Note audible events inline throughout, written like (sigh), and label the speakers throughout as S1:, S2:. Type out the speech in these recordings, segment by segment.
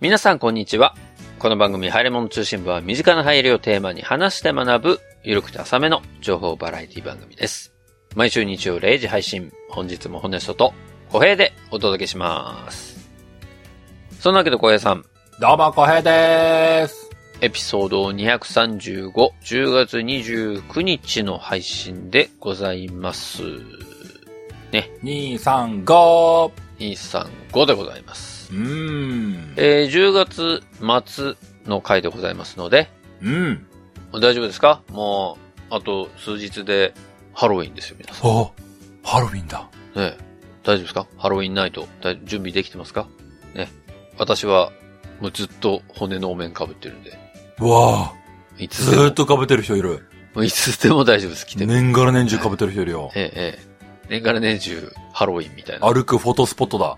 S1: 皆さんこんにちは。この番組、ハイレモンの中心部は、身近なハイレをテーマに話して学ぶ、ゆるくて浅めの情報バラエティ番組です。毎週日曜0時配信、本日もホネストと、小平でお届けします。そんなわけで小平さん、
S2: どうも、小平でーす。
S1: エピソード235、10月29日の配信でございます。
S2: 235。
S1: 235でございます
S2: う。ーん。
S1: えー10月末の回でございますので、
S2: うん。
S1: 大丈夫ですかもう、あと数日でハロウィンですよ、皆さ
S2: おハロウィンだ。
S1: ん。ねえ大丈夫ですかハロウィンナイト、だい準備できてますかね。私は、もうずっと骨のお面被ってるんで、
S2: うわぁ。
S1: いつ
S2: ず
S1: でも
S2: ーっと被ってる人いる。
S1: もういつでも大丈夫です、来ても。
S2: 年がら年中被ってる人いるよ。
S1: ええ、ええ。年がら年中、ハロウィンみたいな。
S2: 歩くフォトスポッ
S1: (laughs)
S2: トだ。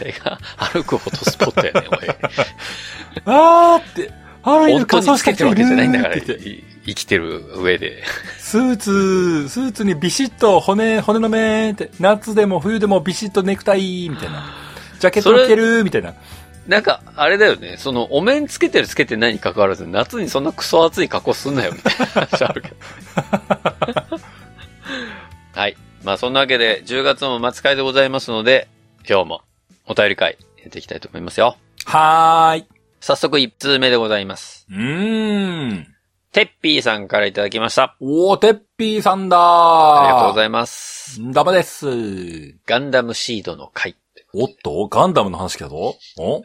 S1: 誰が歩くフォトスポットやねん、おい。
S2: (laughs) あーって、ハロ
S1: 本当につけてるわけじゃないんだから、
S2: って言って
S1: い生きてる上で。
S2: スーツ、スーツにビシッと骨、骨の面って、夏でも冬でもビシッとネクタイ、みた
S1: (gasps)
S2: いな。ジャケット着てる、みたいな。
S1: なんか、あれだよね、その、お面つけてるつけてないに関わらず、夏にそんなクソ暑い格好すんなよ、みたいな話あるけど。はい。まあ、そんなわけで、10月も末会でございますので、今日もお便り会やっていきたいと思いますよ。
S2: はーい。
S1: 早速、1通目でございます。
S2: うーん。
S1: てっぴーさんからいただきました。
S2: おー、てっぴーさんだ
S1: あ
S2: あ
S1: りがとうご
S2: い
S1: ざいます。
S2: ます。ダバです。
S1: ガンダムシードの会。
S2: おっとガンダムの話来たぞおこん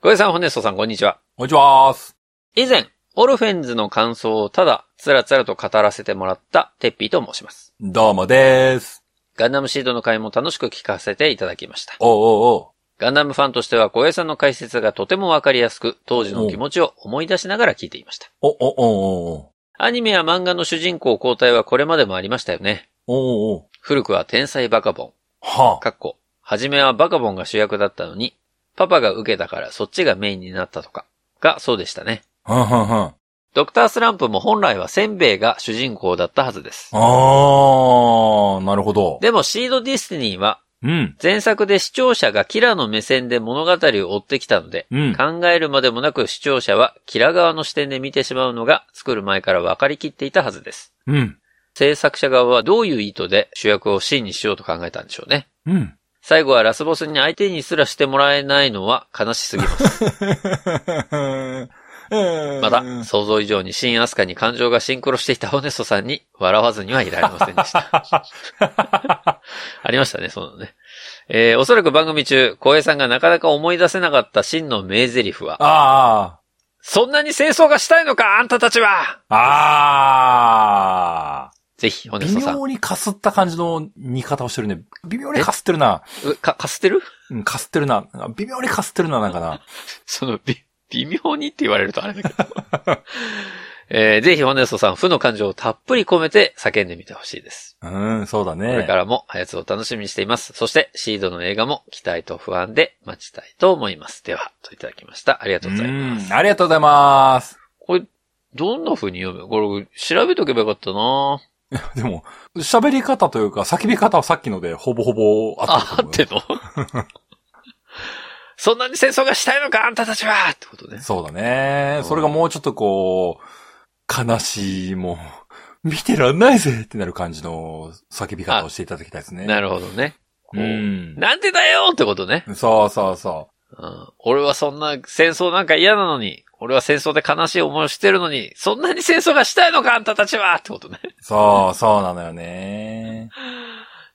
S1: 小江さん、ホネストさん、こんにちは。
S2: にちはーす。
S1: 以前、オルフェンズの感想をただ、つらつらと語らせてもらった、テッピーと申します。
S2: どうもでーす。
S1: ガンダムシードの回も楽しく聞かせていただきました。
S2: おうおうお
S1: ガンダムファンとしては、小江さんの解説がとてもわかりやすく、当時の気持ちを思い出しながら聞いていました。
S2: う。お、お、お、お、
S1: アニメや漫画の主人公交代はこれまでもありましたよね。
S2: お、お、お、
S1: 古くは天才バカボン。
S2: はあ。
S1: かっこ、はじめはバカボンが主役だったのに、パパが受けたからそっちがメインになったとか、がそうでしたね。
S2: はんはんはん。
S1: ドクタースランプも本来はせんべいが主人公だったはずです。
S2: あー、なるほど。
S1: でもシードディスティニーは
S2: うん、
S1: 前作で視聴者がキラの目線で物語を追ってきたので、
S2: うん。
S1: (laughs) 考えるまでもなく視聴者はキラ側の視点で見てしまうのが作る前から分かりきっていたはずです。
S2: うん、
S1: 制作者側はどういう意図で主役をシーンにしようと考えたんでしょうね。 (laughs)
S2: うん。
S1: 最後はラスボスに相手にすらしてもらえないのは悲しすぎます。ま
S2: ま
S1: た、
S2: (laughs)
S1: 想像以上に新アスカに感情がシンクロしていたホネストさんに笑わずにはいられませんでした。ありましたね、そうなのね。えー、おそらく番組中、光栄さんがなかなか思い出せなかった真の名台詞は、
S2: あ
S1: そんなに戦争がしたいのか、あんたたちは
S2: ー、あ
S1: ぜひ、ホ
S2: ー。
S1: ネ
S2: 微
S1: ストさん。
S2: 妙にかすった感じの見方をしてるね。微妙にかすってるな。
S1: うか、かすってる (laughs)
S2: うん、かすってるな。微妙にかすってるな、なんかな。
S1: その、び、微妙にって言われるとあれだけ
S2: (laughs)
S1: ど。えー、ぜひ、ホネストさん、負の感情をたっぷり込めて叫んでみてほしいです。
S2: うん、そうだね。
S1: これからも、ハヤツを楽しみにしています。そして、シードの映画も期待と不安で待ちたいと思います。では、といただきました。ありがとうございます。
S2: うんありがとうございます。
S1: これ、どんな風に読むこれ、調べとけばよかったな
S2: でも、喋り方というか、叫び方はさっきので、ほぼほぼ合って
S1: あ、
S2: ると
S1: 合
S2: 思う。
S1: ってんの
S2: (laughs)
S1: そんなに戦争がしたいのかあんたたちはってことね。
S2: そうだね
S1: う。ん
S2: それがもうちょっとこう、悲しい、もう、見てらんないぜってなる感じの叫び方をしていただきたいですね。
S1: な
S2: る
S1: るほどね。こう
S2: うん。
S1: なんでだよってことね、
S2: そうそうそ
S1: うん。俺はそんな戦争なんか嫌なのに、俺は戦争で悲しい思いをしてるのに、そんなに戦争がしたいのかあんたたちはってことね。
S2: う。そうそうなのよね。
S1: (laughs)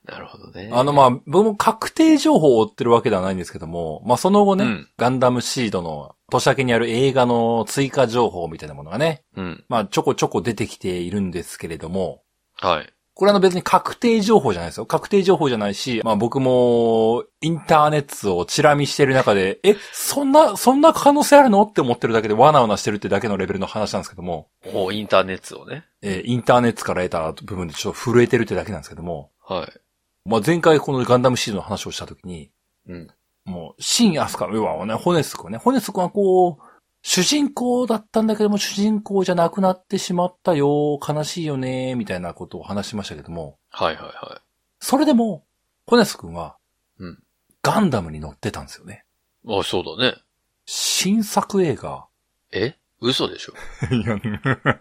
S1: なるほどね。
S2: あの、まあ、僕も確定情報を追ってるわけではないんですけども、まあ、その後ね、
S1: うん
S2: ガンダムシードの年明けにある映画の追加情報みたいなものがね、
S1: うん。
S2: まあ、ちょこちょこ出てきているんですけれども、
S1: はい。
S2: これあの別に確定情報じゃないですよ。確定情報じゃないし、まあ僕も、インターネットをチラ見してる中で、え、そんな、そんな可能性あるのって思ってるだけでわなわなしてるってだけのレベルの話なんですけども、
S1: おうインターネットをね。
S2: えーインターネットから得た部分でちょっと震えてるってだけなんですけども、
S1: はい。
S2: まあ前回このガンダムシードの話をした時に、
S1: うん。
S2: もう、シン・アスカ、要はね、ホネス君ね、ホネス君はこう、主人公だったんだけども、主人公じゃなくなってしまったよ、悲しいよね、みたいなことを話しましたけども、
S1: はいはいはい。
S2: それでも、コネス君は、
S1: うん
S2: ガンダムに乗ってたんですよね。
S1: あ、そうだね。
S2: 新作映画。
S1: え嘘でしょ
S2: いや、 (laughs)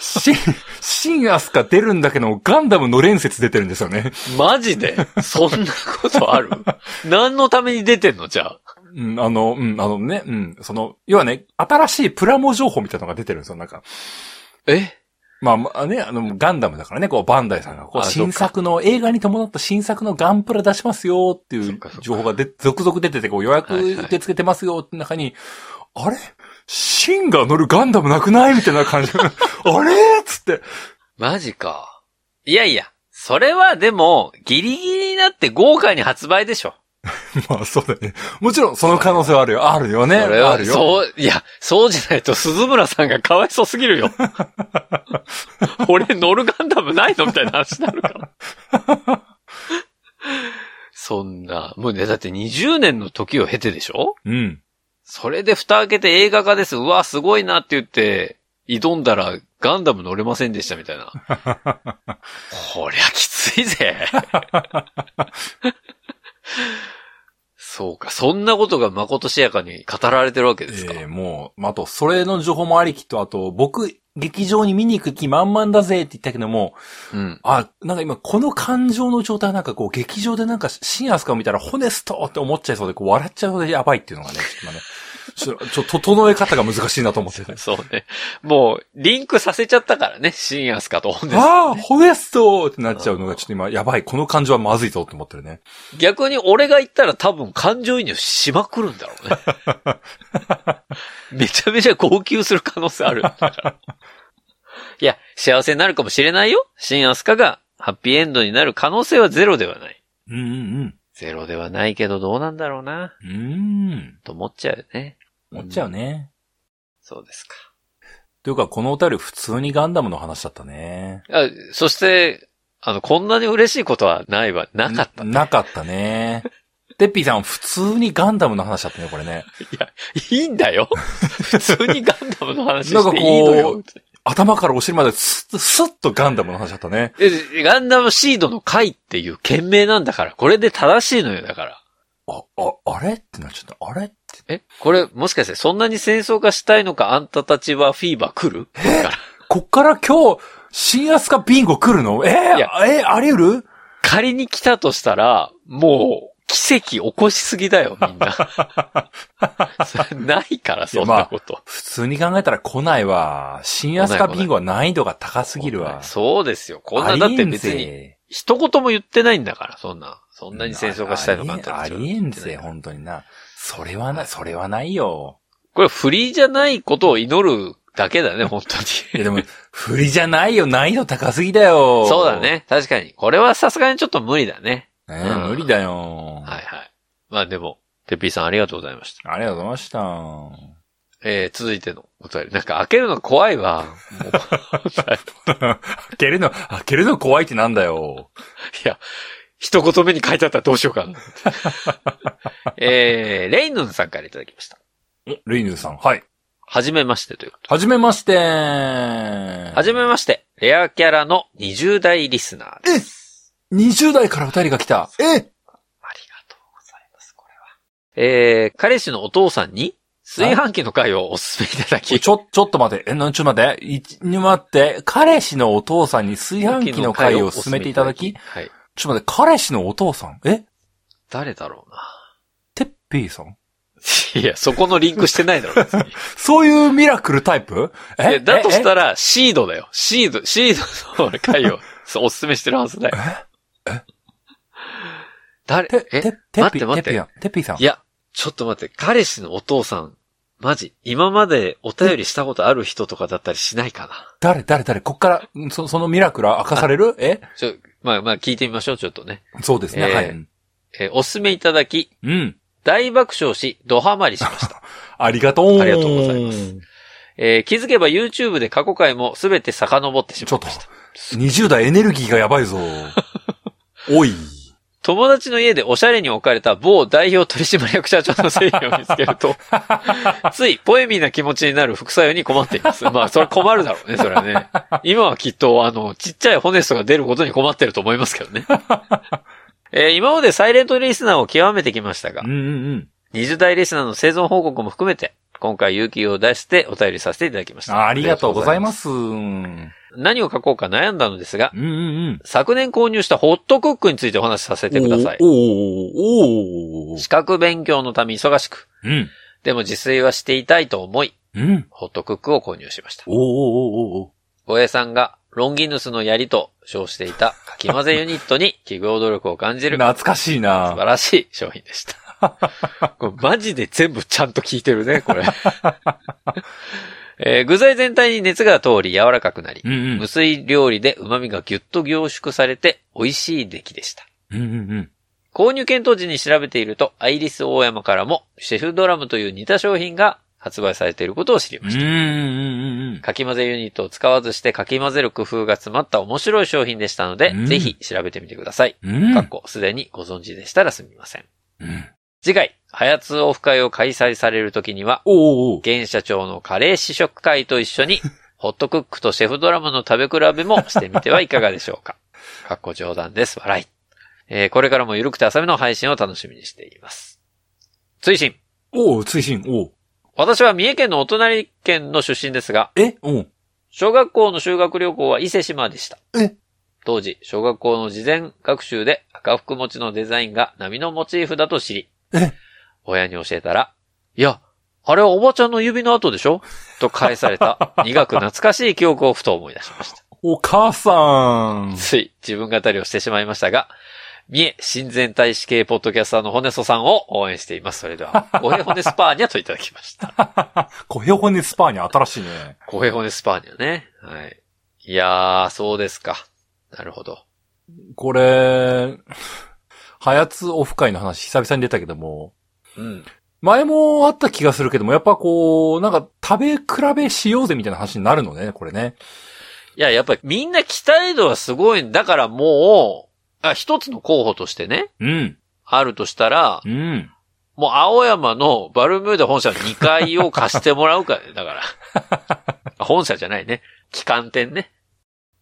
S2: 新、新アスカ出るんだけど、ガンダムの連説出てるんですよね。
S1: (laughs) マジでそんなことある (laughs) 何のために出てんのじゃあ。
S2: うん、あの、うん、あのね、うん、その、要はね、新しいプラモ情報みたいなのが出てるんですよ、なんか。
S1: え
S2: まあまあね、あの、ガンダムだからね、こう、バンダイさんが、こう、
S1: あそっか
S2: 新作の、映画に伴った新作のガンプラ出しますよってい
S1: そっ
S2: う
S1: かそっか
S2: 情報がで、続々出てて、こう、予約
S1: はいはい
S2: 受け付けてますよって中に、あれシンが乗るガンダムなくないみたいな感じ。あ (laughs) れっつって。
S1: マジか。いやいや、それはでも、ギリギリになって豪華に発売でしょ。
S2: まあ、そうだね。もちろん、その可能性はあるよ。あるよね。
S1: それは、
S2: あるよ。
S1: そう、いや、そうじゃないと鈴村さんがかわいそうすぎるよ。俺乗るガンダムないのみたいな話になるから。そんな、もうね、だって20年の時を経てでしょ
S2: うん。
S1: それで蓋開けて映画化です。うわ、すごいなって言って、挑んだらガンダム乗れませんでしたみ
S2: (laughs)
S1: たいな。こりゃきついぜ。そうか、そんなことがまことしやかに語られてるわけですか。
S2: ええもう、まあ、あと、それの情報もありきと、あと、僕、劇場に見に行く気満々だぜって言ったけども、
S1: うん。。
S2: あ、なんか今、この感情の状態なんかこう、劇場でなんか、新アスカを見たら、ホネストって思っちゃいそうで、こう、笑っちゃうでやばいっていうのが (laughs) ね、ちょっと今ね、ちょっとちょっと整え方が難しいなと (laughs) 思ってて
S1: そうね。もう、リンクさせちゃったからね、シンアスカ
S2: (laughs)
S1: と本です。
S2: ああ、ホネストってなっちゃうのが、ちょっと今、やばい、この感情はまずいぞって思ってるね。
S1: 逆に俺が言ったら多分感情移入しまくるんだろうね。 (laughs) めちゃめちゃ号泣する可能性 (laughs) ある。いや、幸せになるかもしれないよ。新アスカがハッピーエンドになる可能性はゼロではない。
S2: うんうん
S1: ゼロではないけどどうなんだろうな。
S2: うん。うん。
S1: と思っちゃうよね。
S2: 思っちゃうね。
S1: そうですか。
S2: というか、このお便り普通にガンダムの話だったね。
S1: あそして、あの、こんなに嬉しいことはないわ。なかった。い
S2: なかったね。てっぴーさん、普通にガンダムの話だったね、これね。
S1: や、いいんだ (laughs) よ。普通にガンダムの話
S2: なん
S1: し
S2: かこ
S1: て
S2: う
S1: いいのよ。
S2: 頭からお尻までスッ、スッとガンダムの話だったね。
S1: えガンダムシードの回っていう件名なんだから、これで正しいのよ、だから。
S2: あ、あ、あれってなっちゃった。あれ
S1: えこれ、もしかして、そんなに戦争化したいのか、あんたたちはフィーバー来るこれから
S2: こっから今日、新アスカビンゴ来るのえ
S1: いや
S2: ー、えーあり得る
S1: 仮に来たとしたら、もう、奇跡起こしすぎだよ、みん
S2: (laughs)
S1: な。それないから、そんなこと。
S2: 普通に考えたら来ないわ。新アスカビンゴは難易度が高すぎるわ。
S1: そうですよ。こん
S2: あ
S1: な、
S2: り
S1: だ
S2: え
S1: って
S2: ん
S1: 別に、
S2: ぜ
S1: 一言も言ってないんだから、そんな。そんなに戦争化したいのか、
S2: あ
S1: ん
S2: りえ
S1: たた
S2: あ
S1: ちは
S2: りえんぜ、本当にな。それはな、それはないよ。
S1: これ、フリーじゃないことを祈るだけだね、本当に。
S2: いやでも、 (laughs) 振りじゃないよ。難易度高すぎだよ。
S1: そうだ。ね。確かに。これはさすがにちょっと無理だね。
S2: ね
S1: うん
S2: 無理だよ。
S1: はいはい。まあでも、てっぴーさんありがとうございました。
S2: ありがとうございました。 (laughs)
S1: えー、続いてのお便り。なんか開けるの怖いわ。もう (laughs)
S2: 開けるの、開けるの怖いってなんだよ。
S1: いや、一言目に書いてあったらどうしようか
S2: (laughs)
S1: な。えー、レイヌンさんからいただきました。
S2: ルイヌさん、はい。
S1: はじめましてということ
S2: はじめまして
S1: はじめまして、レアキャラの20代リスナーです。
S2: 20代から2人が来た。え
S1: ありがとうございます、これは。えー、彼氏のお父さんに、炊飯器の回をお勧めいただき、
S2: ちょ、ちょっと待って。え、なちょっと待って。いち待って。彼氏のお父さんに炊飯器の回を進めていただき、
S1: はい。
S2: ちょっと待って。彼氏のお父さんえ
S1: 誰だろうな。
S2: てっぺいさん
S1: (laughs) いや、そこのリンクしてないだろ、別に
S2: そういうミラクルタイプ
S1: いや
S2: (laughs) え
S1: だとした
S2: ら。
S1: ら、シードだよ。シード、シードの回をそうおすすめしてるはずだよ。誰
S2: え、て、て、
S1: え
S2: てっぺ
S1: 待って
S2: い、て
S1: 待
S2: っ
S1: っ
S2: ぺい
S1: て
S2: さん。てっぺいさん
S1: い。や、ちょっと待って、彼氏のお父さん、マジ、今までお便りしたことある人とかだったりしないかな。
S2: 誰、誰、誰こっから、んそそのミラクルは明かされるえ
S1: ちょ、まあまあ聞いてみましょう、ちょっとね。
S2: そうですね。
S1: えー
S2: はい。
S1: えーおすすめいただき、
S2: うん。
S1: 大爆笑し、ドハマりし
S2: (laughs)
S1: ました。
S2: ありがとう。
S1: ありがとうございます。えー気づけば YouTube で過去回もすべて遡ってし
S2: ちょ
S1: ま
S2: っ
S1: い
S2: と
S1: ました。、
S2: 20代エネルギーがやばい (laughs) ぞ。おい。
S1: 友達の家でおしゃれに置かれた某代表取締役社長の製品を見つける
S2: (laughs)
S1: と、ついポエミーな気持ちになる副作用に困ってい
S2: (laughs)
S1: ます。まあ、それ困るだろうね、それはね。今はきっと、あの、ちっちゃいホネストが出ることに困ってると
S2: (laughs)
S1: 思いますけどね。えー今までサイレントリスナーを極めてきましたが
S2: う、んうん
S1: 20代リスナーの生存報告も含めて、今回勇気を出してお便りさせていただきました。。
S2: ありがとうございますす。うん
S1: 何を書こうか悩んだのですが、
S2: うんうん。
S1: 昨年購入したホットクックについてお話しさせてください
S2: お。ーおーおーおー
S1: 資格勉強のため忙しく、
S2: うん。
S1: でも自炊はしていたいと思い、
S2: うん。
S1: ホットクックを購入しました。
S2: おーおーおーおー
S1: 小江さんが、ロンギヌスの槍と称していた、かき混ぜユニットに企業努力を感じる、
S2: 懐かしい
S1: 素晴
S2: な
S1: らしい商品で
S2: (laughs)
S1: した。これマジで全部ちゃんと効いてるね、これ。 (laughs) えー具材全体に熱が通り柔らかくなり
S2: う、んうん
S1: 無。水料理で旨味がぎゅっと凝縮されて美味しい出来でした。
S2: うんうんうん。
S1: 購入検討時に調べていると、アイリス大山からも、シェフドラムという似た商品が発売されていることを知り
S2: う
S1: ま
S2: ん
S1: し
S2: う
S1: た。
S2: んうん。
S1: かき混ぜユニットを使わずしてかき混ぜる工夫が詰まった面白い商品でしたので、
S2: うん
S1: ぜひ調べてみてください。
S2: うん
S1: かっこ、すでにご存知でしたらすみません。
S2: うん。
S1: 次回、ハヤツオフ会を開催される時には、
S2: おーおー
S1: 現社長のカレー試食会と一緒に、ホットクックとシェフドラムの食べ比べもしてみてはいかがでしょうか。かっこ冗談です。笑い。えーこれからもゆるくて浅めの配信を楽しみにしています。追伸。
S2: おー追伸おー
S1: 私は三重県のお隣県の出身ですが、
S2: えおー
S1: 小学校の修学旅行は伊勢島でした。
S2: え
S1: 当時、小学校の事前学習で赤福餅のデザインが波のモチーフだと知り
S2: え、
S1: 親に教えたら、いや、あれはおばちゃんの指の跡でしょと返され
S2: (laughs)
S1: た苦く懐かしい記憶をふと思い出しました。
S2: お母さん。
S1: つい自分語りをしてしまいましたが、三重親善大使系ポッドキャスターのホネソさんを応援しています。それで
S2: (laughs)
S1: は、おへほねスパーニャといただきました。
S2: コヘホネスパーに新しいね。
S1: コヘホネスパーニャね。はい。いやー、そうですか。なるほど。
S2: これ、ハヤツオフ会の話久々に出たけども、
S1: うん。
S2: 前もあった気がするけども、やっぱこう、なんか食べ比べしようぜみたいな話になるのね、これね。
S1: いや、やっぱりみんな期待度はすごいんだからもう、あ一つの候補としてね、
S2: うん。
S1: あるとしたら、
S2: うん。
S1: もう青山のバルミューダ本社の2階を貸してもらうか、ね、だ (laughs) から。
S2: (laughs)
S1: あ本社じゃないね。機関店ね。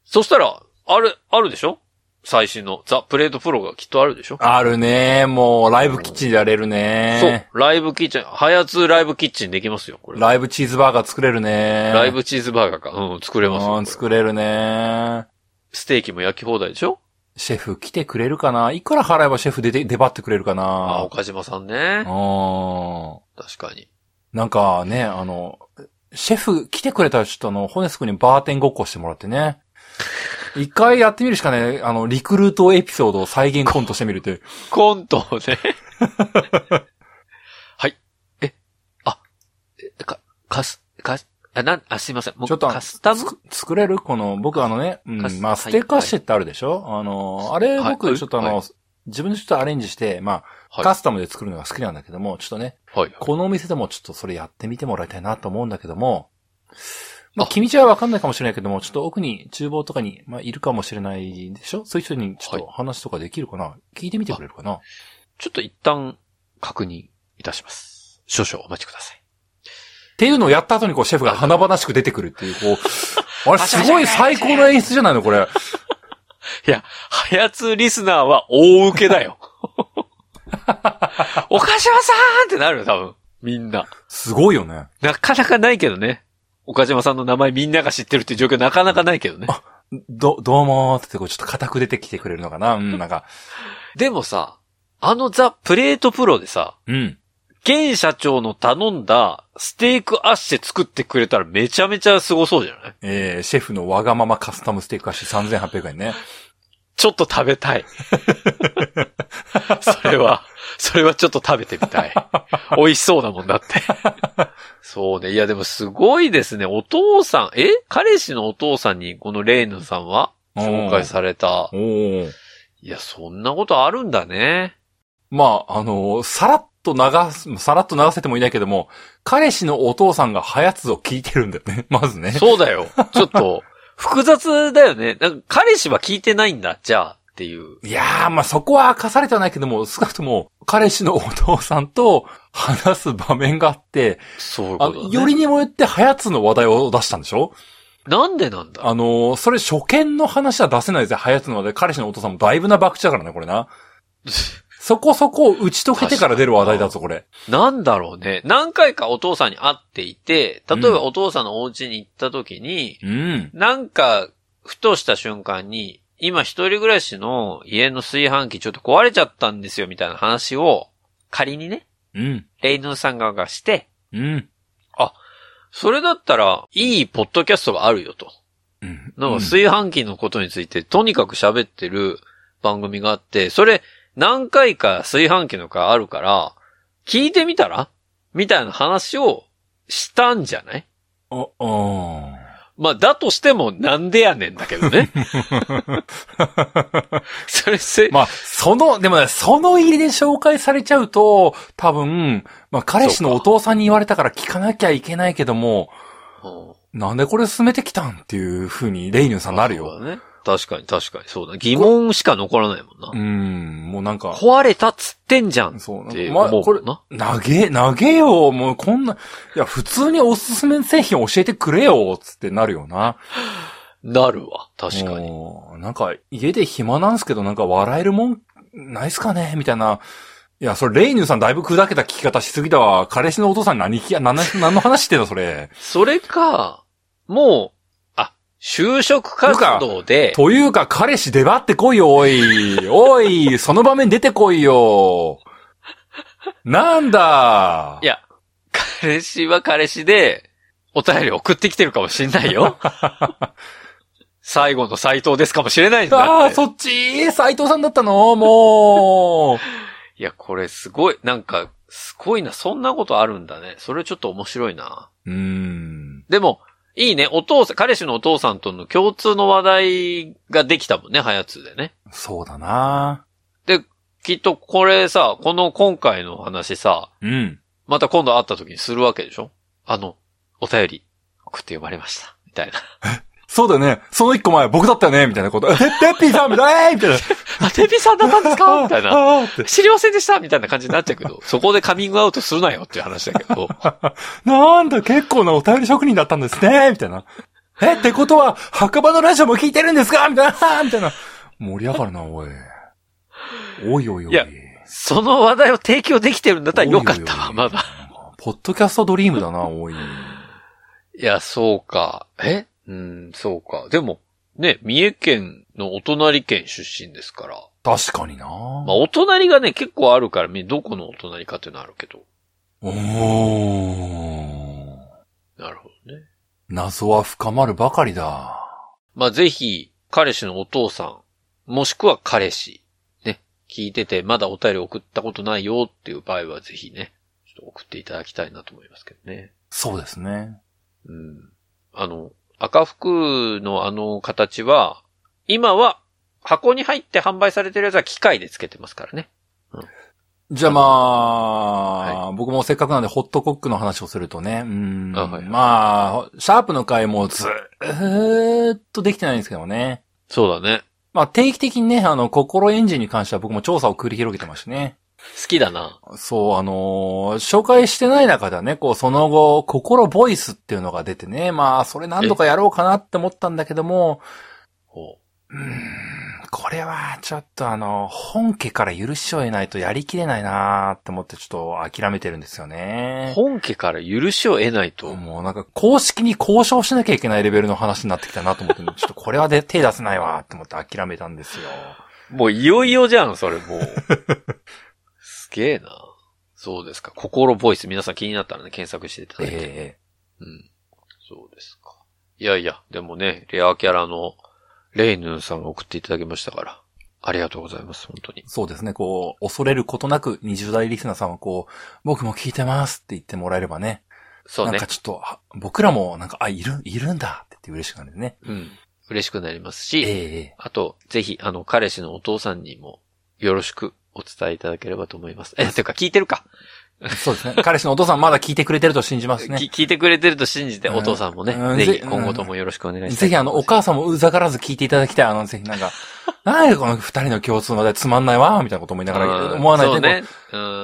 S1: そしたら、あれ、あるでしょ最新のザ・プレートプロがきっとあるでしょ
S2: あるね。もう、ライブキッチンでやれるね。
S1: そう。ライブキッチン、ハヤツーライブキッチンできますよ、これ。
S2: ライブチーズバーガー作れるね。
S1: ライブチーズバーガーか。うん、作れますよこ
S2: う
S1: れ
S2: ん、作れるね。
S1: ステーキも焼き放題でしょ
S2: シェフ来てくれるかないくら払えばシェフ出て、出張ってくれるか
S1: あ、
S2: な
S1: 岡島さんね。
S2: うん。
S1: 確かに。
S2: なんかね、あの、シェフ来てくれたらちょっとあの、ホネス君にバーテンごっこしてもらってね。一回やってみるしかね、あの、リクルートエピソードを再現コントしてみるって。
S1: コントを
S2: (laughs)
S1: ね。はい。え、あ、えか、かす、かす、あ、なん、あ、すいません。もう
S2: ちょっと
S1: カスタム
S2: つ作れるこの、僕あのね、う
S1: カス
S2: ん、まあ、
S1: は
S2: ス
S1: い
S2: テカッシェってあるでしょ、あの、あれ
S1: はい
S2: 僕ちょっとあの、
S1: は
S2: 自分でちょっとアレンジして、まあ、
S1: はい
S2: カスタムで作るのが好きなんだけども、ちょっとね、
S1: はい。
S2: このお店でもちょっとそれやってみてもらいたいなと思うんだけども、まあ、
S1: あ
S2: 君じゃわかんないかもしれないけども、ちょっと奥に厨房とかに、まあ、いるかもしれないでしょそういう人にちょっと話とかできるかな、聞いてみてくれるかな
S1: ちょっと一旦確認いたします。少々お待ちください。
S2: っていうのをやった後にこう、シェフが華々しく出てくるっていう、 (laughs) こう、あれ
S1: パシ
S2: す
S1: ャパシャ
S2: ごい最高の演出じゃないのこ (laughs) れ。
S1: はやつリスナーは大受けだ
S2: (laughs)
S1: よ。岡島さんってなるよ、多分。みんな。
S2: すごいよね。
S1: なかなかないけどね。岡島さんの名前みんなが知ってるっていう状況なかなかないけどね。
S2: ど、どうもーってこう、ちょっと固く出てきてくれるのかなうん、なんか、
S1: でもさ、あのザ・プレートプロでさ、
S2: うん。
S1: 現社長の頼んだステークアッシェ作ってくれたらめちゃめちゃ凄そうじゃない
S2: えー、シェフのわがままカスタムステーキ菓子3800円ね。
S1: ちょっと食べたい。それは、それはちょっと食べてみたい。美味しそうなもんだって。そうね。いやでもすごいですね。お父さん、え彼氏のお父さんにこのレイヌさんは紹介された。
S2: (laughs) おー。
S1: いや、そんなことあるんだね。
S2: まあ、あのさらっと流す、さらっと流せてもいないけども、彼氏のお父さんがハヤツを聞いてるんだよね。 (laughs) まずね。
S1: そうだよ。ちょっと、複雑だよね。なんか彼氏は聞いてないんだ、じゃあ、っていう。
S2: いやー、まあ、そこは明かされてはないけども、少なくとも、彼氏のお父さんと話す場面があって、
S1: そういう
S2: あ
S1: ことだ、
S2: の
S1: ね。
S2: よりにもよってハヤツの話題を出したんでしょ
S1: なんでなんだ (laughs)
S2: あのそれ初見の話は出せないぜ、ハヤツの話題。彼氏のお父さんもだいぶな博打だからね、これな。そこそこ打ち解けてから出る話題だぞ、これ。
S1: なんだろうね。何回かお父さんに会っていて、例え
S2: うん
S1: ばお父さんのお家に行った時に、
S2: うん。
S1: なんか、ふとした瞬間に、今一人暮らしの家の炊飯器ちょっと壊れちゃったんですよ、みたいな話を、仮にね、
S2: うん。
S1: レイヌーさん側がして、
S2: うん。
S1: それだったら、いいポッドキャストがあるよと。
S2: うん。
S1: なんか炊飯器のことについて、とにかく喋ってる番組があって、それ、何回か炊飯器の回あるから、聞いてみたらみたいな話をしたんじゃない
S2: あ、あ
S1: まあ、だとしてもなんでやねんだけど
S2: (laughs)
S1: ね。それせ、
S2: (laughs) まあ、その、でもね、その入りで紹介されちゃうと、多分、まあ、彼氏のお父さんに言われたから聞かなきゃいけないけども、
S1: うん
S2: なんでこれ進めてきたんっていう風に、レイヌさんなる
S1: そう
S2: よ。
S1: だね。確かに確かにそうだ。疑問しか残らないもんな
S2: う。ん、もうなんか、
S1: 壊れたっつってんじゃんっ
S2: そう、なん
S1: て
S2: か、
S1: 思
S2: まあ、
S1: う
S2: これ
S1: もん、な。
S2: 投げ、投げよ、もうこんな、いや、普通におすすめ製品教えてくれよ、つってなるよな。
S1: なるわ。確かに。
S2: もうなんか、家で暇なんすけど、なんか笑えるもん、ないっすかねみたいな。いや、それ、レイニューさんだいぶ砕けた聞き方しすぎだわ。彼氏のお父さんに何聞き、 (laughs) 何の、何の話してんの、それ。
S1: それか、もう、あ、就職活動で、
S2: というか、彼氏出張ってこいよ、おい。おい、その場面出てこいよ。なんだ。
S1: いや、彼氏は彼氏で、お便り送ってきてるかもしんない
S2: (laughs)
S1: よ。最後の斎藤ですかもしれないん
S2: あ
S1: だっ
S2: あ、
S1: て。
S2: そっち斎藤さんだったのも
S1: いや、これすごい、なんか、すごいな。そんなことあるんだね。それちょっと面白いな。
S2: (laughs) う。うーん。
S1: でも、いいね。お父さん、彼氏のお父さんとの共通の話題ができたもんね、ハヤツーでね。
S2: そうだな。
S1: きっとこれさ、この今回の話さ、
S2: うん。
S1: また今度会った時にするわけでしょあの、お便り送って読まれました。みたいな。
S2: そうだよね。その一個前、僕だったよね、みたいなこと。え、 (laughs) テッピーさんみたいなえーみたいな。
S1: あ、テピさんだったんです (laughs) かみたいな。
S2: な。って
S1: 知りませんでしたみたいな感じになっちゃうけど、 (laughs) そこでカミングアウトするなよっていう話だけ (laughs) ど。
S2: なんだ、結構なお便り職人だったんですね、みたいな。え、ってことは、墓場のラジオも聞いてるんですかみたいな、みたいな。盛り上がるな、おい。おいおいおい。
S1: いやその話題を提供できてるんだったらよかったわ、
S2: おいおいお
S1: ま
S2: い
S1: だ。
S2: ポッドキャストドリームだな、おい。
S1: いや、そうか。えうん、そうか。でも、ね、三重県のお隣県出身ですから。
S2: 確かにな。
S1: まあ、お隣がね、結構あるから、みどこのお隣かっていうのはあるけど。
S2: おー。
S1: なるほどね。
S2: 謎は深まるばかりだ。
S1: まあ、ぜひ、彼氏のお父さん、もしくは彼氏、ね、聞いてて、まだお便り送ったことないよっていう場合は、ぜひね、ちょっと送っていただきたいなと思いますけどね。
S2: そうですね。
S1: うん。あの、赤服のあの形は、今は、箱に入って販売されてるやつは機械でつけてますからね。
S2: じゃあまあ、僕もせっかくなんでホットコックの話をするとね、うん
S1: あはい
S2: まあ、シャープの回もずーっとできてないんですけどね。
S1: そうだね。
S2: まあ定期的にね、あの、心エンジンに関しては僕も調査を繰り広げてましてね。
S1: 好きだな。
S2: そう、あのー紹介してない中ではね、こう、その後、心ボイスっていうのが出てね、まあ、それ何度かやろうかなって思ったんだけども、
S1: ほ
S2: うーん、これはちょっとあの、本家から許しを得ないとやりきれないなーって思ってちょっと諦めてるんですよ
S1: う
S2: ね。
S1: 本家から許しを得ないと。
S2: もうなんか公式に交渉しなきゃいけないレベルの話になってきたなと思って、ちょっとこれはで手出せないわって思って諦めたんですよ。
S1: もういよいよじゃん、それもう。すげえな。そうですか。心ボイス、皆さん気になったらね、検索していただいて。
S2: え
S1: うん。そうですか。いやいや、でもね、レアキャラのレイヌンさんが送っていただきましたから。ありがとうございます、本当に
S2: え。そうですね、こう、恐れることなく20代リスナーさんはこう、僕も聞いてますって言ってもらえればね、
S1: そう
S2: な
S1: ね
S2: んか。ちょっと、あ僕らもなんか、あ、いる、いるんだって言って嬉しくなるね。
S1: うん。嬉しくなります
S2: ええ
S1: し、
S2: ええ
S1: あと、ぜひ、あの、彼氏のお父さんにも、よろしくお伝えいただければと思います。え、てか、聞いてるか、
S2: そうですね。彼氏のお父さんまだ聞いてくれてると信じますね。
S1: き聞いてくれてると信じて、
S2: うん
S1: お父さんもね、
S2: うん
S1: ぜ
S2: ぜ
S1: ひ、今後ともよろしくお願いします。
S2: ぜひあの、お母さんもうざからず聞いていただきたい。あの、ぜひな
S1: (laughs)
S2: んか、なんでこの二人の共通の話題つまんないわ、みたいなこと思いながら
S1: うん
S2: 思わないで。
S1: そうね。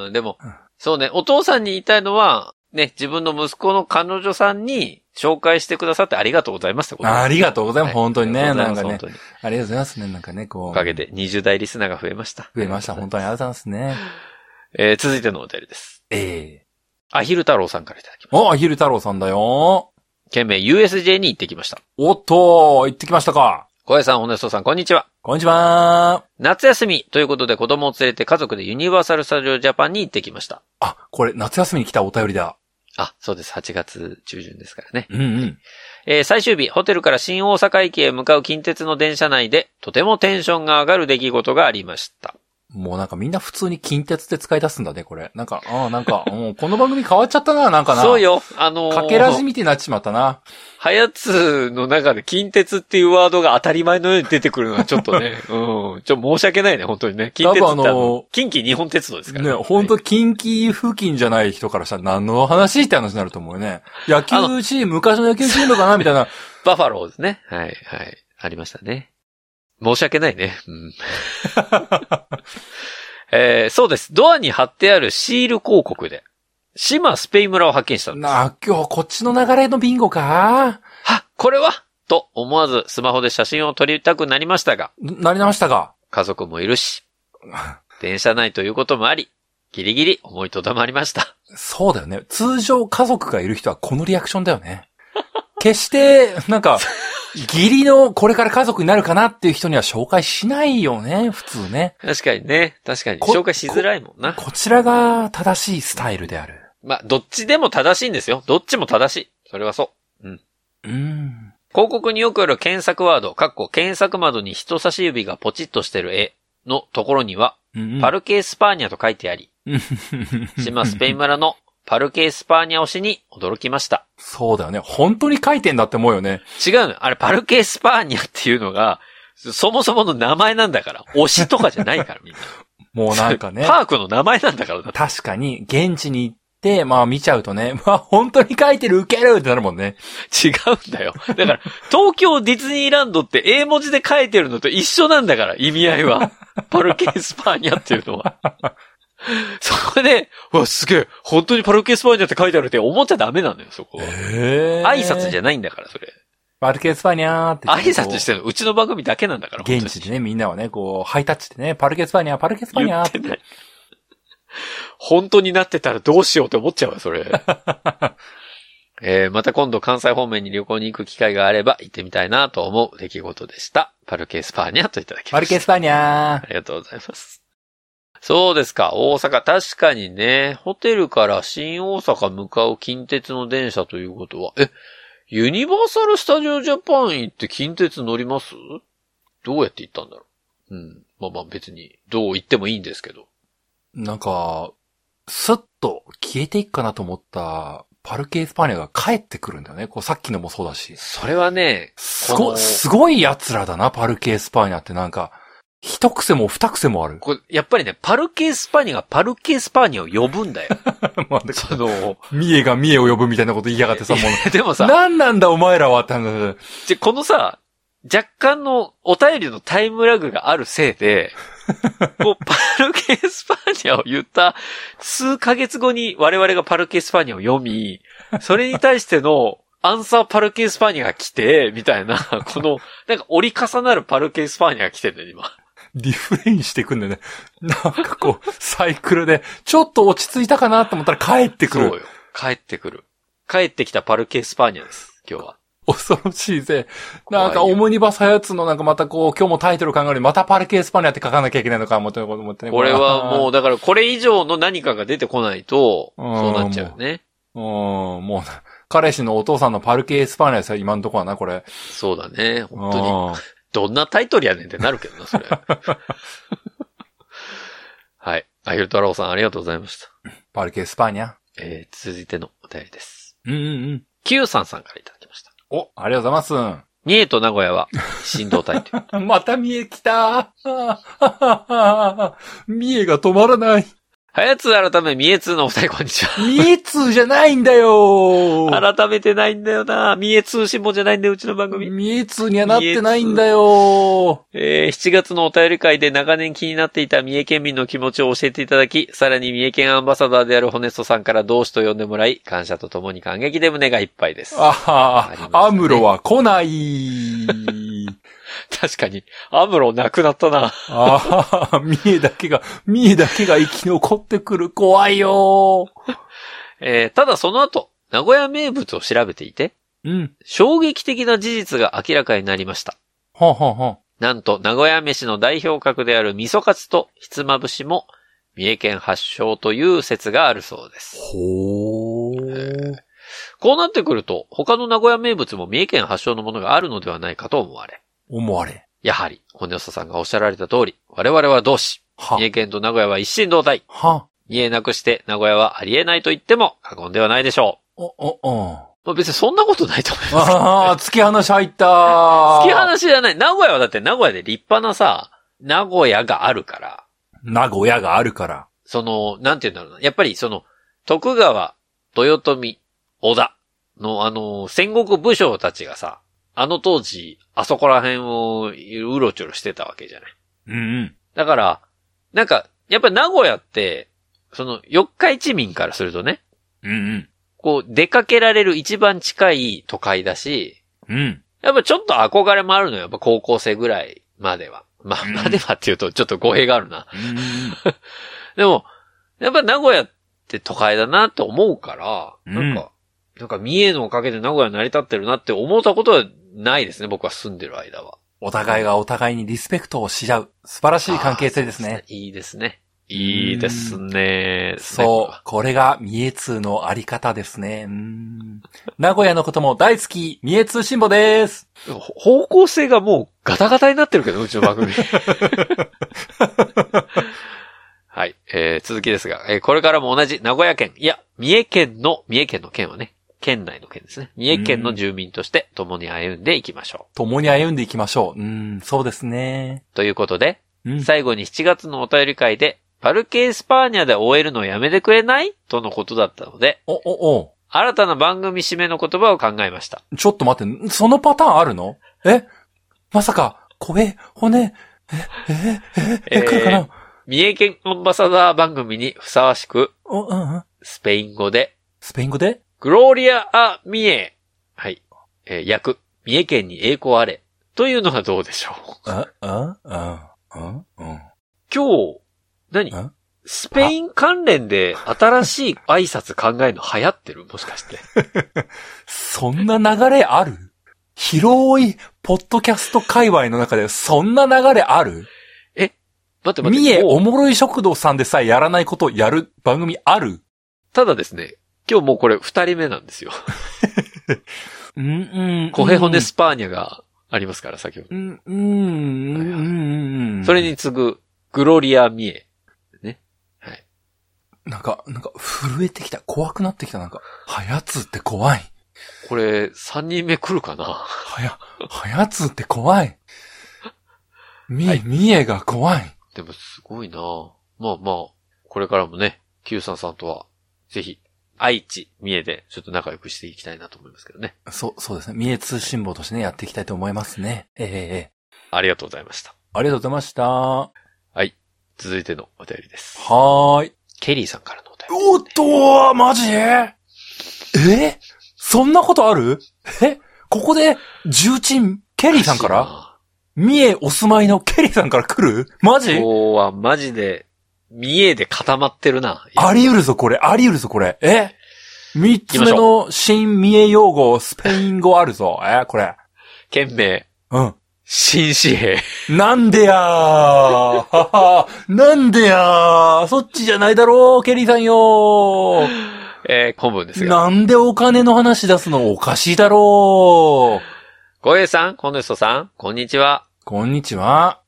S1: うん、でも
S2: うん、
S1: そうね、お父さんに言いたいのは、ね、自分の息子の彼女さんに、紹介してくださってありがとうございますってことです
S2: ありがとうございます。
S1: はい
S2: 本当にね。
S1: ありが
S2: な
S1: と
S2: ん
S1: うござい
S2: か
S1: ま
S2: ね
S1: す。本当に
S2: ありがとうございますね。なんかね、こう。
S1: おかげで20代リスナーが増えました。
S2: 増えました。本当にありがとうございますね。
S1: えー続いてのお便りです。
S2: ええ
S1: アヒル太郎さんからいただきます。
S2: お、アヒル太郎さんだよ。
S1: 県名 USJ に行ってきました。
S2: おっと、行ってきましたか。
S1: 小江さん、ホネストさん、こんにちは。
S2: こんにちは。
S1: 夏休みということで子供を連れて家族でユニバーサル・スタジオ・ジャパンに行ってきました。
S2: あ、これ、夏休みに来たお便りだ。
S1: あ、そうです。8月中旬ですからね。
S2: うんうん。
S1: えー最終日、ホテルから新大阪駅へ向かう近鉄の電車内で、とてもテンションが上がる出来事がありました。
S2: もうなんかみんな普通に近鉄で使い出すんだね、これ。なんか、ああ、なんか、 (laughs) もうこの番組変わっちゃったな、なんかな。
S1: そう。よ。あのー、
S2: かけらじみてなっちまったな。
S1: はやつの中で近鉄っていうワードが当たり前のように出てくるのはちょっと
S2: (laughs)
S1: ね、うん。ちょ、申し訳ないね、本当にね。近鉄ってあ
S2: 多分あの
S1: の、近畿日本鉄道ですから
S2: ね、本
S1: は
S2: 当近畿付近じゃない人からしたら何の話って話になると思うよね。野球チーム、昔の野球チームかなみたい (laughs) な。
S1: いバファローですね。はい、はい。ありましたね。申し訳ないね。うん。 (laughs) えーそうです。ドアに貼ってあるシール広告で、島スペイ村を発見したんです。
S2: なあ、今日こっちの流れのビンゴか
S1: はこれはと思わずスマホで写真を撮りたくなりましたが、
S2: なり直したか
S1: 家族もいる
S2: (laughs)
S1: し、電車内ということもあり、ギリギリ思いとどまりました。
S2: そうだよね。通常家族がいる人はこのリアクションだよ (laughs) ね。決して、なんか、義理のこれから家族になるかなっていう人には紹介しないよね、普通ね。
S1: 確かにね。確かに。
S2: こ
S1: 紹介しづらいもんな。
S2: こちらが正しいスタイルである。
S1: まあ、どっちでも正しいんですよ。どっちも正しい。それはそう。
S2: うん。
S1: 広告によくある検索ワード、かっこ検索窓に人差し指がポチッとしてる絵のところには、
S2: うん
S1: パルケ・エスパーニャと書いてあ
S2: (laughs)
S1: り、島スペイン村のパルケ・エスパーニャ推しに驚きました。
S2: そうだよね。本当に書いてんだって思うよね。
S1: 違うの。あれ、パルケ・エスパーニャっていうのが、そもそもの名前なんだから。推しとかじゃないから、みんな。
S2: もう (laughs) なんか (laughs) ね。
S1: パークの名前なんだからだって。
S2: 確かに、現地に行って、まあ見ちゃうとね、 (laughs) まあ本当に書いてる、ウケるってなるもんね。
S1: 違うんだよ。だから、東京ディズニーランドって英文字で書いてるのと一緒なんだから、意味合いは。パルケ・スパーニャっていうのは。そこで、うわ、すげえ、本当にパルケ・スパーニャって書いてあるって思っちゃダメなのよ、そこは。
S2: え
S1: 挨拶じ
S2: ゃ
S1: ゃ
S2: ん。
S1: ないんだから、それ。
S2: マルケスパニャーって。
S1: 挨拶してるの、うちの番組だけなんだから、
S2: 現地でね、みんなはね、こう、ハイタッチでね、パルケスパニャー、パルケスパ
S1: 本当に
S2: ニ
S1: 言
S2: ャーっ
S1: って
S2: て。
S1: ない。 (laughs) 本当になってたらどうしようって思っちゃうわ、それ。 (laughs) えー、また今度関西方面に旅行に行く機会があれば行ってみたいなと思う出来事でした。パルケ・スパーニャといただきました。
S2: パルケスパニャ
S1: ありがとうございます。そうですか、大阪。確かにね、ホテルから新大阪向かう近鉄の電車ということは、え、ユニバーサル・スタジオ・ジャパン行って近鉄乗りますどうやって行ったんだろううん。まあまあ別に、どう行ってもいいんですけど。
S2: ー。なんか、スッと消えていくかなと思った、パルケスパニャーが帰ってくるんだよね。こう、さっきのもそうだし。
S1: それはね、
S2: す
S1: こ
S2: ご、
S1: の
S2: すごい奴らだな、パルケスパニャーってなんか、一癖も二癖もある。
S1: これやっぱりね、パルケ・スパニアがパルケ・スパニアを呼ぶんだよ。
S2: (laughs) まあだか
S1: その、
S2: ら三重が三重を呼ぶみたいなこと言いやがってさ、もう。
S1: でもさ、
S2: なんなんだお前らはって話だよ
S1: じゃ、このさ、若干のお便りのタイムラグがあるせい
S2: (laughs)
S1: で、こう、パルケ・スパーニャを言った数ヶ月後に我々がパルケ・スパーニャを読み、それに対してのアンサーパルケ・スパーニャが来て、みたいな、この、なんか折り重なるパルケ・スパーニャが来てんだよ、今。
S2: リフレインしていくんだよね。なんかこう、サイクルで、ちょっと落ち着いたかなと思ったら帰ってく
S1: そう
S2: る。
S1: よ。帰ってくる。帰ってきたパルケ・スパーニャです、今日は。
S2: 恐ろしいぜ。
S1: 怖いよ
S2: なんかオムニバスハヤツのなんかまたこう、今日もタイトル考えるまたパルケースパニアって書かなきゃいけないのかもと思ってね。
S1: これはも
S2: う
S1: う、だからこれ以上の何かが出てこないと、そうなっちゃうよね。。
S2: うん、もう、彼氏のお父さんのパルケースパニアですよ、今のとこはな、これ。
S1: そうだね、本当に。
S2: うん
S1: どんなタイトルやねんってなるけどな、 (laughs) それ。はい。あゆる太郎さん、ありがとうございました。
S2: パルケースパニア。
S1: えー、続いてのお便りです。
S2: うんうんうん。
S1: Q さんさんからいただきました。
S2: お、ありがとうございま
S1: 三重と名古屋は、振動帯 (laughs) という。
S2: (laughs) す。また三重来た三重が止まらない。
S1: はやつ改め、みえつーのお二人、こんにちは。
S2: 三重通じゃないんだよ
S1: 改めてないんだよな三重通信簿じゃないんだよ、うちの番組。
S2: 三重通にはなってないんだよ
S1: えー、7月のお便り会で長年気になっていた三重県民の気持ちを教えていただき、さらに三重県アンバサダーであるホネストさんから同志と呼んでもらい、感謝とともに感激で胸がいっぱいです。ありま
S2: あ
S1: したね
S2: あ、アムロは来ない。
S1: (laughs) 確かに、アムロなくなったな。 (laughs)
S2: ああ、三重だけが、三重だけが生き残ってくる。怖いよ
S1: えー、ただその後、名古屋名物を調べていて、
S2: うん。
S1: 衝撃的な事実が明らかになりました。
S2: はんはんはん。
S1: なんと、名古屋飯の代表格である味噌カツとひつまぶしも、三重県発祥という説があるそうです。
S2: ほー。
S1: こうなってくると、他の名古屋名物も三重県発祥のものがあるのではないかと思われ。
S2: 思われ。
S1: やはり、骨ささんがおっしゃられた通り、我々は同志。
S2: は
S1: 三重、県と名古屋は一心同体。
S2: は、
S1: 三重なくして名古屋はありえないと言っても過言ではないでしょ
S2: お、お、お。
S1: う。まあ、別にそんなことないと思いますけどね。
S2: ああ、突き放し入った
S1: 突
S2: 突
S1: き放しじゃない。名古屋はだって名古屋で立派なさ、名古屋があるから、
S2: 名古屋があるから。
S1: その、なんて言うんだろうな。やっぱりその、徳川、豊臣、織田のあの、戦国武将たちがさ、あの当時、あそこら辺をうろちょろしてたわけじゃない。
S2: うんうん。
S1: だから、なんか、やっぱ名古屋って、その、四日市民からするとね、
S2: うん
S1: こう、出かけられる一番近い都会だし、
S2: うん。うん。
S1: やっぱちょっと憧れもあるのよ。やっぱ高校生ぐらいまでは。まあ、
S2: うん
S1: まではっていうとちょっと語弊があるな。
S2: うんうん
S1: でも、やっぱ名古屋って都会だなって思うから、なんか、なんか三重のおかげで名古屋成り立ってるなって思ったことはないですね。僕は住んでる間は。
S2: お互いがお互いにリスペクトをし合う。素晴らしい関係性ですね。
S1: いいですね。いいですね。
S2: そう。これが三重通のあり方ですね。うん名古屋のことも大好き、三重通信簿です。
S1: ほ方向性がもうガタガタになってるけど、うちの番
S2: (laughs)
S1: 組。はい、えー続きですが、えーこれからも同じ名古屋県、いや、三重県の、三重県の県はね、県内の県ですね。三重県の住民として共に歩んでいきましょう。
S2: 共に歩んでいきましょう。うん、そうですね。
S1: ということで、
S2: うん。
S1: 最後に7月のお便り会で、パルケ・エスパーニャで終えるのやめてくれないとのことだったので、
S2: お、お、お。
S1: 新たな番組締めの言葉を考えました。
S2: ちょっと待って、そのパターンあるのえまさか、声、骨、え、え、え、え、来る
S1: えー
S2: かな、
S1: 三重県アンバサダー番組にふさわしく、
S2: おうんうん。
S1: スペイン語で、
S2: スペイン語で
S1: グローリア・ア・ミエ。はい。えー、訳、三重県に栄光あれ。というのはどうでしょう。 (laughs)
S2: あ、あ、あ、あ、うん。
S1: 今日、何
S2: ん
S1: スペイン関連で新しい挨拶考えるの流行ってるもしかして。
S2: そんな流れある広い、ポッドキャスト界隈の中で、そんな流れある
S1: 待って待っ
S2: 三
S1: て。
S2: 重
S1: もう
S2: おもろい食堂さんでさえやらないことをやる番組ある
S1: ただですね、今日もうこれ二人目なんですよ。
S2: うん、うん。
S1: コヘホネスパーニャがありますから、先ほど。
S2: うん。うん、うん、うん、うん。
S1: それに次ぐ、グロリア・ミエ。
S2: なんか、なんか、震えてきた。怖くなってきた。なんか、はやつって怖い。
S1: これ、三人目来るかな
S2: はや、はやつって怖い。み、
S1: はい
S2: みえが怖い。
S1: でもすごいなぁまあまあ、これからもね、Q さんさんとは、ぜひ、愛知、三重で、ちょっと仲良くしていきたいなと思いますけどね。
S2: そう、そうですね。三重通信簿としてね、やっていきたいと思いますね。ええええ
S1: ありがとうございました。
S2: ありがとうございました。は
S1: 続いてのお便りです。
S2: ーい。
S1: ケリーさんからのお便り。
S2: おっとーマジえそんなことあるえここで、重鎮、ケリーさんから三重お住まいのケリーさんから来るマジ
S1: 今日はマジで、三重で固まってるな。
S2: あり得るぞ、これ。あり得るぞ、これ。え三つ目
S1: 行きまし
S2: の新三重用語、スペイン語あるぞ。えこれ。
S1: 県名、
S2: うん。
S1: 新紙幣。
S2: なんでやーははなんでやーそっちじゃないだろう、ケリーさんよー
S1: えー、本文ですが。
S2: なんでお金の話出すのおかしいだろう
S1: ごえさん、この人さん、こんにちは。
S2: こんにちは。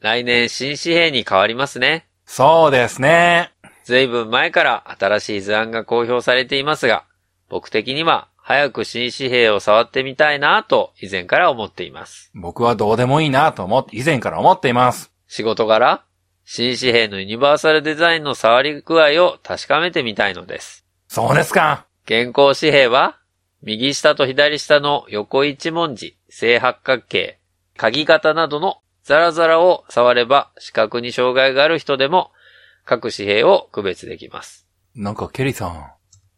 S1: 来年新紙幣に変わりますね。
S2: そうですね。
S1: ずいぶん前から新しい図案が公表されていますが、僕的には早く新紙幣を触ってみたいなぁと以前から思っています。
S2: 僕はどうでもいいなと思って、以前から思っています。
S1: 仕事柄、新紙幣のユニバーサルデザインの触り具合を確かめてみたいのです。
S2: そうですか。
S1: 現行紙幣は、右下と左下の横一文字、正八角形、鍵型などのザラザラを触れば視覚に障害がある人でも各紙幣を区別できます。
S2: なんかケリーさん、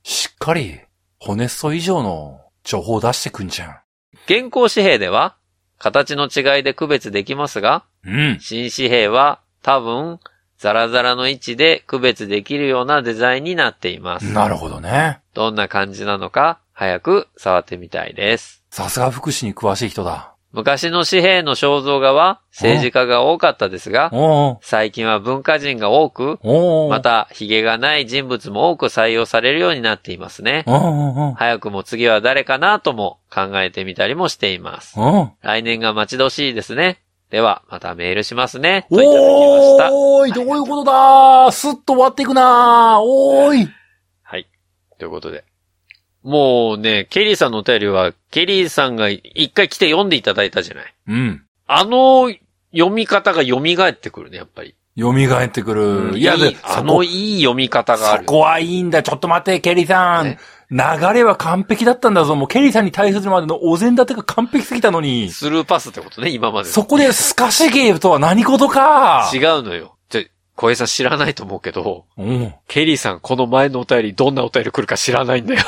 S2: しっかり、ホネスト以上の情報を出してくんじゃん。
S1: 現行紙幣では形の違いで区別できますが、
S2: うん。
S1: 新紙幣は多分ザラザラの位置で区別できるようなデザインになっています。
S2: なるほどね。
S1: どんな感じなのか早く触ってみたいです。
S2: さすが福祉に詳しい人だ。
S1: 昔の紙幣の肖像画は政治家が多かったですが、
S2: おう
S1: 最近は文化人が多く、
S2: おう
S1: ま。た髭がない人物も多く採用されるようになっていますね。
S2: おうんうん
S1: 早くも次は誰かなとも考えてみたりもしています。
S2: うん。うん。
S1: 来年が待ち遠しいですね。では、またメールしますね。といただきました。
S2: おーい、どういうことだーすっと終わっていくなーおーい
S1: はい。ということで。もうね、ケリーさんのお便りは、ケリーさんが一回来て読んでいただいたじゃない。
S2: うん。
S1: あの読み方が蘇ってくるね、やっぱり。
S2: 蘇ってくる。
S1: いや、
S2: で
S1: いいあのいい読み方があ
S2: そ
S1: る。
S2: こはいいんだ。ちょっと待って、ケリーさん
S1: ね。
S2: 流れは完璧だったんだぞ。もうケリーさんに対するまでのお膳立てが完璧すぎたのに。
S1: スルーパスってことね、今までの。
S2: そこでスカシゲーとは何事か
S1: 違うのよ。じゃ、小江さん知らないと思うけど、
S2: うん。
S1: ケリーさんこの前のお便りどんなお便り来るか知らないん (laughs) だよ。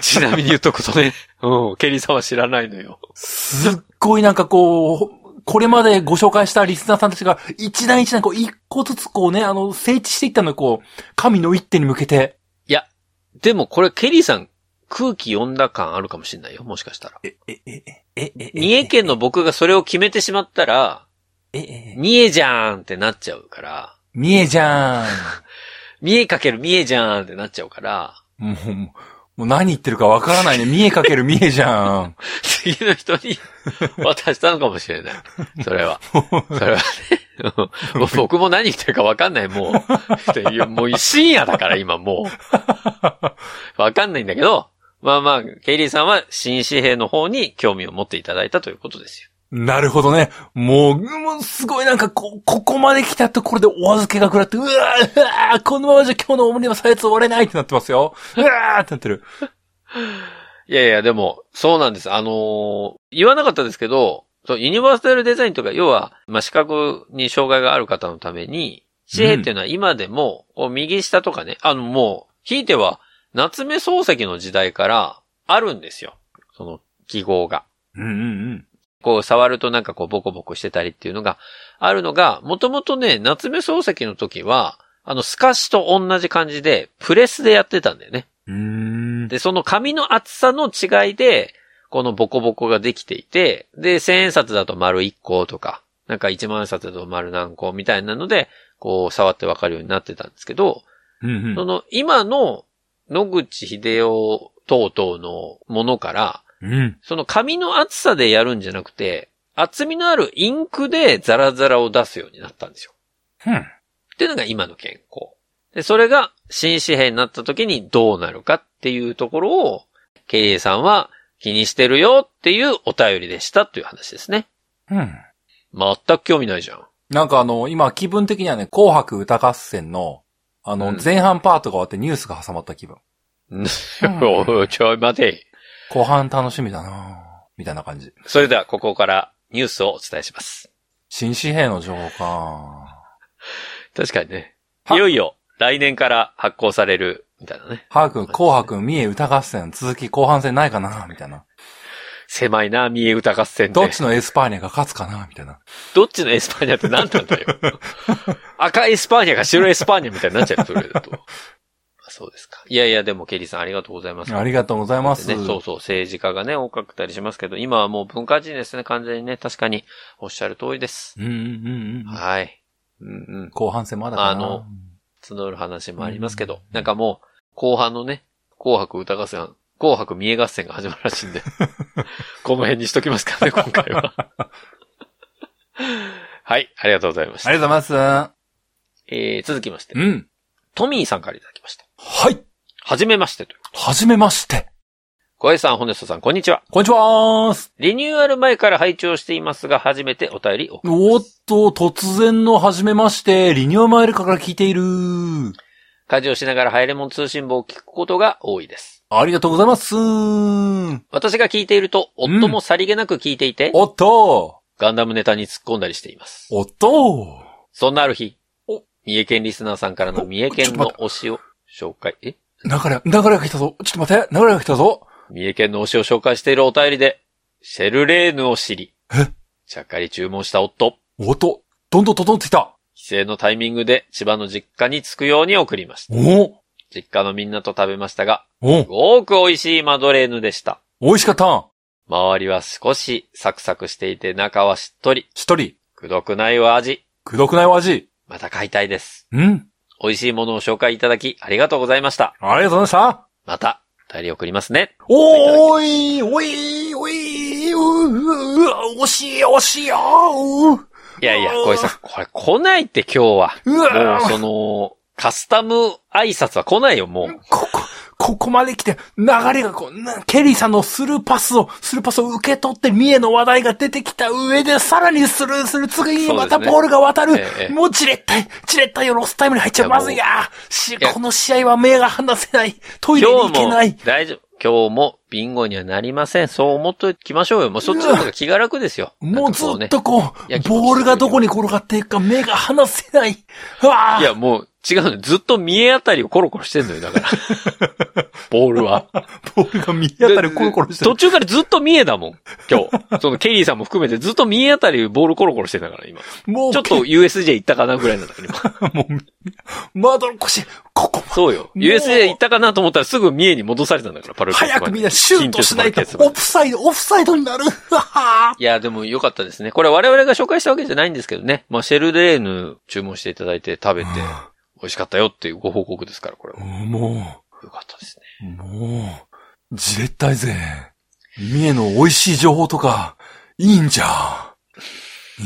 S1: ちなみに言っとくとね、うん、ケリーさんは知らないのよ。
S2: すっごいなんかこう、これまでご紹介したリスナーさんたちが、一段一段こう、一個ずつこうね、あの、整地していったのよこう、神の一手に向けて。
S1: でもこれケリーさん空気読んだ感あるかもしれないよ、もしかしたら。
S2: え、え、え、え、え、え、
S1: 三重県の僕がそれを決めてしまったら、
S2: え、え、
S1: 三重じゃーんってなっちゃうから、
S2: 三重じゃ
S1: 三重かける三重じゃーんってなっちゃうから、
S2: ーん。もう、もう何言ってるかわからないね。三重かける三重じゃん。
S1: 次の人に渡したのかもしれない。それは。それはね。もう僕も何言ってるか分かんない、もう。いやもう深夜だから、今もう。分かんないんだけど、まあまあ、ケイリーさんは新紙幣の方に興味を持っていただいたということですよ。
S2: なるほどね。もう、もうすごいなんかこ、ここまで来たところでお預けが食らって、うわーうわーこのままじゃ今日のオムニバスやつ終われないってなってますよ。うわーってなってる。
S1: いやいや、でも、そうなんです。あのー言わなかったですけど、そうユニバーサルデザインとか、要は、まあ、視覚に障害がある方のために、紙幣っていうのは今でも、こう右下とかね、あのもう、ひいては、夏目漱石の時代からあるんですよ。その記号が。
S2: うんうんうん。
S1: こう触るとなんかこうボコボコしてたりっていうのがあるのが、もともとね、夏目漱石の時は、あの、透かしと同じ感じで、プレスでやってたんだよね。
S2: うーん。
S1: で、その紙の厚さの違いで、このボコボコができていて、で、千円札だと丸1個とか、なんか一万円札だと丸何個みたいなので、こう、触ってわかるようになってたんですけど、
S2: うん
S1: その、今の野口秀夫等々のものから、
S2: うん。うん。
S1: その紙の厚さでやるんじゃなくて、厚みのあるインクでザラザラを出すようになったんですよ。
S2: うん。
S1: っていうのが今の健康。で、それが新紙幣になった時にどうなるかっていうところを、ケリーさんは気にしてるよっていうお便りでしたという話ですね。
S2: うん。
S1: 全く興味ないじゃん。
S2: なんかあの、今気分的にはね、紅白歌合戦の、あ
S1: う
S2: の
S1: ん、
S2: 前半パートが終わってニュースが挟まった気分。
S1: (laughs) おいちょい待て。
S2: 後半楽しみだなみたいな感じ。
S1: それではここからニュースをお伝えします。
S2: 新紙幣の情報か
S1: 確かにね。い
S2: は
S1: よいよ来年から発行されるみたいなね。
S2: ハー君、紅白、三重歌合戦、続き後半戦ないかなみたいな。
S1: 狭いな、三重歌合戦って。
S2: どっちのエスパーニャが勝つかなみたいな。
S1: どっちのエスパーニャって何なんだよ。
S2: (laughs)
S1: 赤エスパーニャか白エスパーニャみたいになっちゃう、それだと。そうですか。いやいや、でも、ケリーさんありがとうございます。
S2: ありがとうございます。
S1: ね、そうそう、政治家がね、多かったりしますけど、今はもう文化人ですね、完全にね、確かに、おっしゃる通りです。
S2: うんうんうんうん。
S1: はい。うんうん。
S2: 後半戦まだかな
S1: あの、募る話もありますけど、なんかもう、後半のね、紅白歌合戦、紅白三重合戦が始まるらしいん
S2: (laughs)
S1: で、この辺にしときますからね、今回は。はい、ありがとうございました
S2: あ。りがとうございま
S1: えー、続きまして
S2: す。う、ん。
S1: トミーさんからいただきました。
S2: はい。
S1: はじめましてという。
S2: はじめまして。
S1: 小林さん、ホネストさん、こんにちは。
S2: こんにちはーす。
S1: リニューアル前から拝聴していますが、初めてお便りを。
S2: おっと、突然の初めまして、リニューマイルカから聞いているー。
S1: 家事をしながらハイレモン通信簿を聞くことが多いです。
S2: ありがとうございますー。
S1: 私が聞いていると、夫もさりげなく聞いていて、
S2: おっと、
S1: ガンダムネタに突っ込んだりしています。
S2: おっと、
S1: そんなある日
S2: お、
S1: 三重県リスナーさんからの三重県の推しを紹介、え
S2: 流れ、流れが来たぞ。ちょっと待って、流れが来たぞ。
S1: 三重県の推しを紹介しているお便りで、シェルレーヌを知り、ちゃっかり注文した夫、
S2: おっと、どんどん整ってきた。
S1: 帰省のタイミングで千葉の実家に着くように送りました。
S2: お
S1: 実家のみんなと食べましたが、
S2: お
S1: すごく美味しいマドレーヌでした。
S2: 美味しかったん。
S1: 周りは少しサクサクしていて中はしっとり、
S2: しっとり、
S1: くどくないお味、
S2: くどくないお味。
S1: また買いたいです。
S2: うん。
S1: 美味しいものを紹介いただき、ありがとうございました。
S2: ありがとうございました。
S1: また、お便り送りますね。
S2: おーい、おい、おい、うう、うう、惜しい、惜しいよー。う
S1: いやいや、
S2: うわー
S1: 小井さん、これ来ないって今日は。
S2: う
S1: も
S2: わ
S1: う
S2: ー
S1: その、カスタム挨拶は来ないよ、もう。
S2: ここ、ここまで来て、流れがこう、なケリーさんのスルーパスを、スルーパスを受け取って、三重の話題が出てきた上で、さらにスルーする、次にまた
S1: そうですね
S2: ボールが渡る。
S1: ええええ
S2: もうじれったい、じれったいよ、ロスタイムに入っちゃう。
S1: いや
S2: ま
S1: もう
S2: ずいやーし
S1: いや
S2: この試合は目が離せない。トイレに
S1: 今
S2: 行
S1: 日
S2: け
S1: も
S2: ない。、
S1: 大丈夫。今日もビンゴにはなりません。そう思っときましょうよ。もうそっちの方が気が楽ですよ。
S2: もうず
S1: なん
S2: っ
S1: かこと
S2: こ
S1: いや
S2: う、ボールがどこに転がっていくか目が離せない。うわ
S1: う
S2: ー
S1: ね。いや、もう違うの。ずっと見えあたりをコロコロしてんのよ、だ
S2: (laughs)
S1: から。ボールは。
S2: ボールが右当たりコロコロしてる
S1: 途。中からずっと見えだもん。今日。そのケリーさんも含めてずっと見えあたりボールコロコロしてたから、今。ちょ
S2: もう、
S1: っと USJ 行ったかなぐらいなんだけど、
S2: (laughs)
S1: 今。
S2: もう、まどろっこしい。ここ、
S1: そうよ。
S2: う
S1: USJ 行ったかなと思ったらすぐ見えに戻されたんだから、パルコ
S2: 早くみんなシュートしないと
S1: 緊張する、わ
S2: オ
S1: け
S2: フサイド、オフサイドになる。うわはい
S1: や、でも良かったですね。これ我々が紹介したわけじゃないんですけどね。まあ、シェルレーヌ注文していただいて食べて、美味しかったよっていうご報告ですから、これは。
S2: も
S1: 良かったですね。
S2: う、もう、じれったいぜ。三重の美味しい情報とか、いいんじゃ。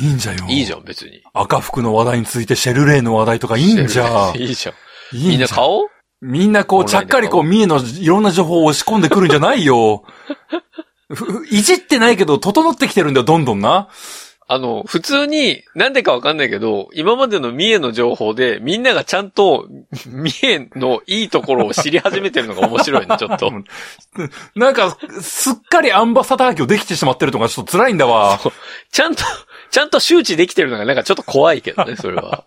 S2: いいんじゃよ。
S1: いいじゃん、別に。
S2: 赤服の話題についてシェルレーの話題とかいいんじゃ。
S1: (laughs) いいじゃん。
S2: い
S1: み
S2: い
S1: ん
S2: ん
S1: な
S2: じゃ。
S1: 顔
S2: みんなこう、ちゃっかりこう、三重のいろんな情報を押し込んでくるんじゃない
S1: (laughs)
S2: よ。ふいじってないけど、整ってきてるんだよ、どんどんな。
S1: あの、普通に、なんでかわかんないけど、今までの三重の情報で、みんながちゃんと、 (laughs) 三重のいいところを知り始めてるのが面白いね、ちょっと。
S2: なんか、すっかりアンバサダー業できてしまってるのがちょっと辛いんだわ。
S1: ちゃんと、ちゃんと周知できてるのがなんかちょっと怖いけどね、それは。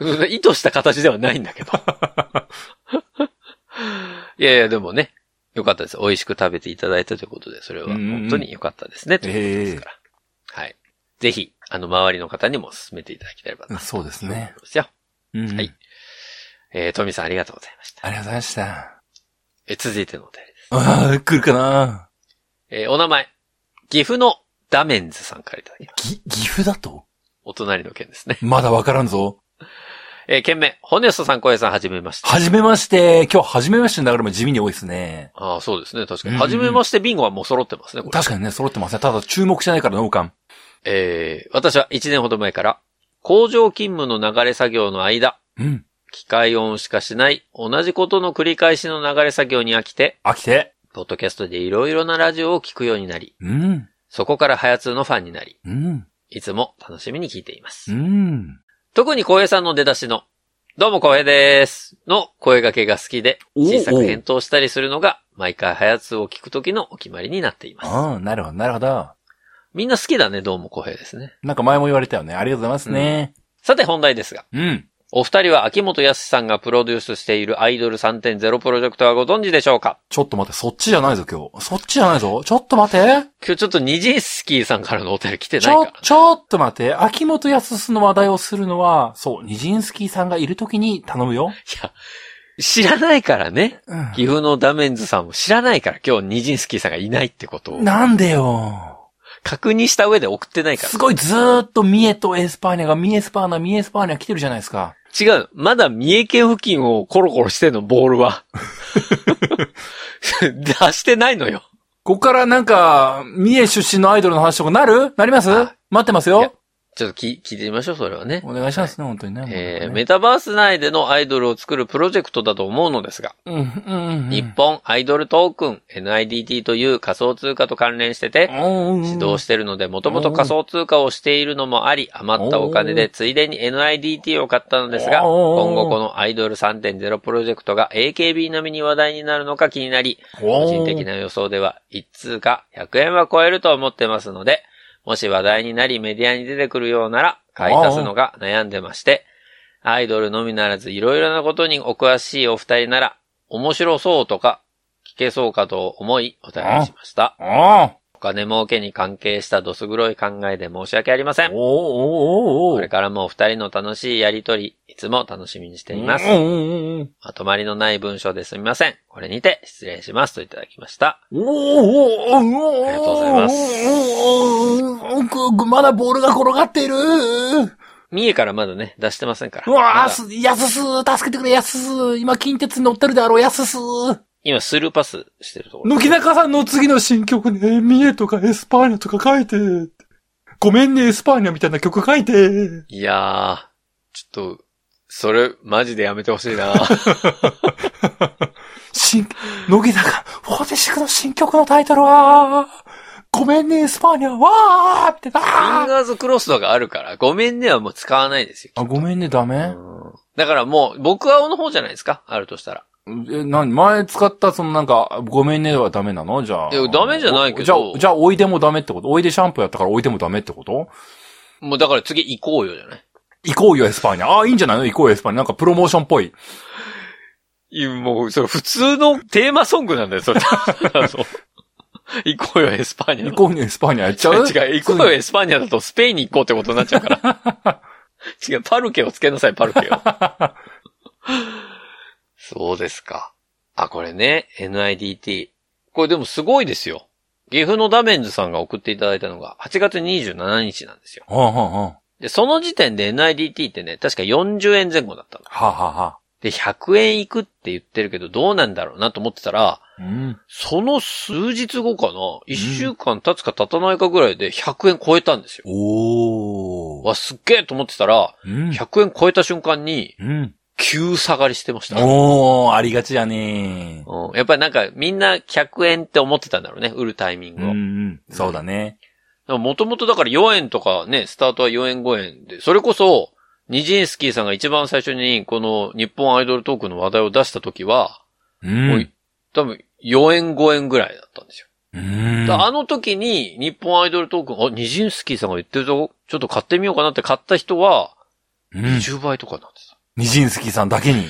S1: うん。 (laughs) 意図した形ではないんだけ
S2: (laughs)
S1: ど。いやいや、でもね、よかったです。美味しく食べていただいたということで、それは本当に良かったですね、ということですから。はい。ぜひ、あの、周りの方にも進めていただければな。
S2: そうですね。
S1: ですよ。
S2: うん
S1: はい。えー、トミさんありがとうございました。
S2: ありがとうございました。
S1: えー続いてのお便りです。
S2: ああ、来るかな
S1: えーお名前、岐阜のダメンズさんからいただきます。
S2: ぎ、岐阜だと
S1: お隣の県ですね。
S2: まだわからんぞ。
S1: えー、県名、ホネストさん、小江さん、はじめまして。
S2: はじめまして。今日はじめましての流れも地味に多いですね。
S1: ああ、そうですね、確かに。
S2: うん
S1: はじめまして、ビンゴはもう揃ってますね、これ。
S2: 確かにね、揃ってますね。ただ注目してないから農家。
S1: えー、私は1年ほど前から、工場勤務の流れ作業の間、
S2: うん。
S1: 機械音しかしない、同じことの繰り返しの流れ作業に飽きて、
S2: 飽きて。
S1: ポッドキャストでいろいろなラジオを聞くようになり、
S2: うん。
S1: そこからハヤツーのファンになり、
S2: うん。
S1: いつも楽しみに聞いています
S2: う。ん。
S1: 特に浩平さんの出だしの、どうも浩平ですの声掛けが好きで、
S2: おうおう
S1: 小さく返答したりするのが、毎回ハヤツーを聞くときのお決まりになっています。
S2: ああ、なるほど、なるほど。
S1: みんな好きだね、どうも浩平ですね。
S2: なんか前も言われたよね。ありがとうございますね。
S1: さて本題ですが、
S2: うん。
S1: お二人は秋元康さんがプロデュースしているアイドル3.0プロジェクトはご存知でしょうか
S2: ちょっと待って、そっちじゃないぞ、今日。そっちじゃないぞ。ちょっと待って。
S1: 今日ちょっとニジンスキーさんからのお便り来て
S2: ち
S1: ない
S2: ょ
S1: か、
S2: ちょっと待って、秋元康の話題をするのは、そう、ニジンスキーさんがいる時に頼むよ。
S1: ら。いや、知らないからね。
S2: うん
S1: 岐阜のダメンズさんも知らないから今日ニジンスキーさんがいないってことを
S2: なんでよ。
S1: 確認した上で送ってないから
S2: す。ごいずーっと三重とエスパーニャが、三重エスパーニャ、三重エスパーニャ来てるじゃないですか。
S1: 違う。まだ三重県付近をコロコロしてんの、ボール
S2: (laughs)
S1: は。出してないのよ。
S2: ここからなんか、三重出身のアイドルの話とかなるなります
S1: あ
S2: 待ってます
S1: いや
S2: よ。
S1: ちょっと聞聞いてみましょう、それはね。
S2: お願いしますね、本当にね。
S1: えー
S2: もうね
S1: メタバース内でのアイドルを作るプロジェクトだと思うのですが、
S2: うん、うん、うん。
S1: 日本アイドルトークン NIDT という仮想通貨と関連してて、
S2: 本
S1: 指導してるので、もともと仮想通貨をしているのもあり、余ったお金でついでに NIDT を買ったのですが、
S2: おー
S1: 今後このアイドル3.0プロジェクトが AKB 並みに話題になるのか気になり、個人的な予想では1通貨100円は超えると思ってますので、もし話題になりメディアに出てくるようなら買い足すのが悩んでまして、アイドルのみならずいろいろなことにお詳しいお二人なら面白そうとか聞けそうかと思いお便りしました。
S2: ああ
S1: お金儲けに関係したどす黒い考えで申し訳ありません。
S2: おーおーおーおー
S1: これからもお二人の楽しいやりとり、いつも楽しみにしています
S2: う。んうんうんうん
S1: まとまりのない文章ですみません。これにて失礼しますといただきました。
S2: おーおーおーおー
S1: ありがとうございます
S2: おーおーおーまだボールが転がっている
S1: 三重からまだね、出してませんから。
S2: うわ
S1: ま
S2: あ、
S1: だ
S2: す、やすす助けてくれ、やすす今、近鉄に乗ってるであろう、やすす
S1: 今スルーパスしてるところ。
S2: 乃木坂さんの次の新曲ね、三重とかエスパーニャとか書いて。ごめんね、エスパーニャみたいな曲書いて。
S1: いやー、ちょっと、それ、マジでやめてほしい
S2: (laughs)
S1: な
S2: 新、乃木坂、フォーティシックの新曲のタイトルは、ごめんね、エスパーニャ、わーってな
S1: フィンガーズクロスとかあるから、ごめんねはもう使わないですよ。
S2: あ、ごめんね、ダ
S1: う
S2: メ
S1: んだからもう、僕青の方じゃないですかあるとしたら。
S2: え、なに前使った、そのなんか、ごめんねはダメなのじゃあ。
S1: いやダメじゃないけど
S2: おじゃあ、じゃあ、おいでもダメってことおいでシャンプーやったからおいでもダメってこと
S1: もうだから次行こうよじゃない
S2: 行こうよ、エスパーニャ。ああ、いいんじゃないの行こうよ、エスパーニャ。なんかプロモーションっぽい。
S1: いや、もう、それ普通のテーマソングなんだよ、そ (laughs) れ。そう行こうよ、エスパーニャの。
S2: 行こうよ、エスパーニャやっちゃう
S1: (laughs) 違う、行こうよ、エスパーニャだとスペインに行こうってことになっちゃうから。 (laughs) 違う、パルケをつけなさい、パルケを。 (laughs) そうですか。あ、これね、NIDT。これでもすごいですよ。岐阜のダメンズさんが送っていただいたのが8月27日なんですよ。
S2: はあ、はあは
S1: で、その時点で NIDT ってね、確か40円前後だったの。
S2: あ、はあはあは
S1: で、100円いくって言ってるけど、どうなんだろうなと思ってたら、
S2: あ。うん。
S1: その数日後かな、1週間経つか経たないかぐらいで100円超えたんですよ。
S2: おー。
S1: わ、すっげえと思ってたら、
S2: うん。
S1: 100円超えた瞬間に、
S2: うん。
S1: 急下がりしてました。
S2: おー、ありがちやね
S1: うん、やっぱりなんか、みんな100円って思ってたんだろうね、売るタイミン
S2: う
S1: グ
S2: んう
S1: を。
S2: ん。そうだね。
S1: もともとだから4円とかね、スタートは4円5円で、それこそ、ニジンスキーさんが一番最初にこの日本アイドルトークの話題を出した時は、
S2: う
S1: も
S2: ん
S1: う。多分4円5円ぐらいだったんですよ。
S2: うん。
S1: だからあの時に日本アイドルトークン、あ、ニジンスキーさんが言ってるぞ、ちょっと買ってみようかなって買った人は、
S2: うん。
S1: 20倍とかになってた。
S2: ニジンスキーさんだけに。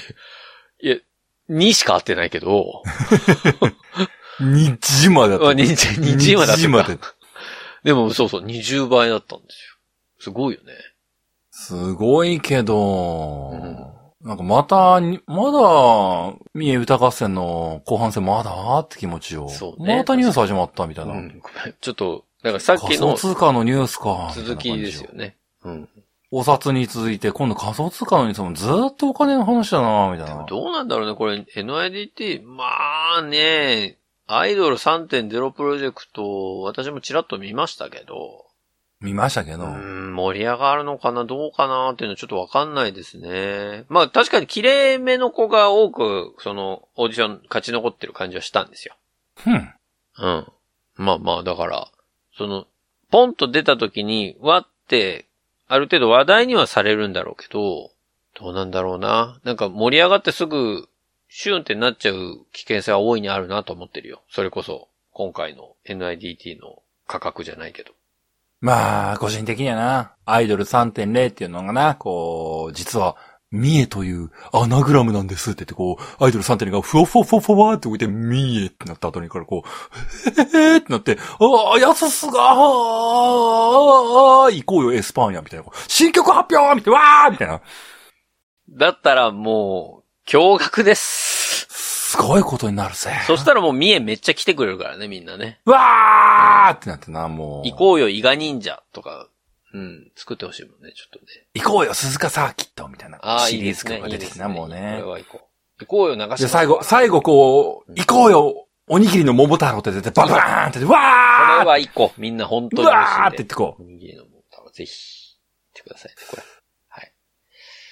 S1: いや、2しか合ってないけど、
S2: 日までだ
S1: あ
S2: と。
S1: にじ20はだって
S2: 20まで
S1: た。でもそうそう、20倍だったんですよ。すごいよね。
S2: すごいけど、
S1: う
S2: なんかまたに、まだ、三重歌合戦の後半戦まだって気持ちよ。
S1: そうね
S2: またニュース始まったみた
S1: う
S2: いな。
S1: ん、ごめんちょっと、だからさっ
S2: 仮
S1: き
S2: 想
S1: の
S2: 通貨のニュースか。
S1: 続きです
S2: みたい
S1: よ
S2: な感じ
S1: ね。うん。
S2: お札に続いて、今度仮想通貨のニュースもずーっとお金の話だな、みたい
S1: でも
S2: な。
S1: どうなんだろうね、これ NIDT、まあね、アイドル3.0プロジェクト、私もちらっと見ましたけど、
S2: 見ましたけど。
S1: うーん、盛り上がるのかな、どうかなっていうのはちょっとわかんないですね。まあ確かに綺麗めの子が多く、その、オーディション勝ち残ってる感じはしたんですよ。
S2: ふん。
S1: うん。まあまあ、だから、その、ポンと出た時に、わって、ある程度話題にはされるんだろうけど、どうなんだろうな。なんか盛り上がってすぐ、シュンってなっちゃう危険性は大いにあるなと思ってるよ。それこそ、今回の NIDT の価格じゃないけど。
S2: まあ、個人的にはな、アイドル3.0っていうのがな、こう、実は、三重というアナグラムなんですって言って、こう、アイドル3.0がふわふわふわふわって置いて、三重ってなった後にからこう、へへへってなって、ああ、やすすが、ああ、行こうよ、エスパーニャみたいな、こう新曲発表みたいな、わーみたいな。
S1: だったらもう、驚愕です。
S2: すごいことになるぜ。
S1: そしたらもう三重めっちゃ来てくれるからね、みんなね。
S2: わーってなってな、もう。
S1: 行こうよ、伊賀忍者とか、うん、作ってほしいもんね、ちょっとね。
S2: 行こうよ、鈴鹿サーキットみたいな。
S1: ああ、いい
S2: シリ
S1: で
S2: ーズ
S1: すね。
S2: 曲が出てきてな、
S1: いいです
S2: もうね
S1: これ。は行こう。行こうよ、流し
S2: で、
S1: て。
S2: 最後、最後こう、行こうよ、おにぎりの桃太郎って出て、ババーンって出て、
S1: これ
S2: わー
S1: は行こう。みんな本当に美味しい
S2: う
S1: んで。
S2: わーって言ってこ
S1: おにぎりのもんだわぜひ。ください、これ。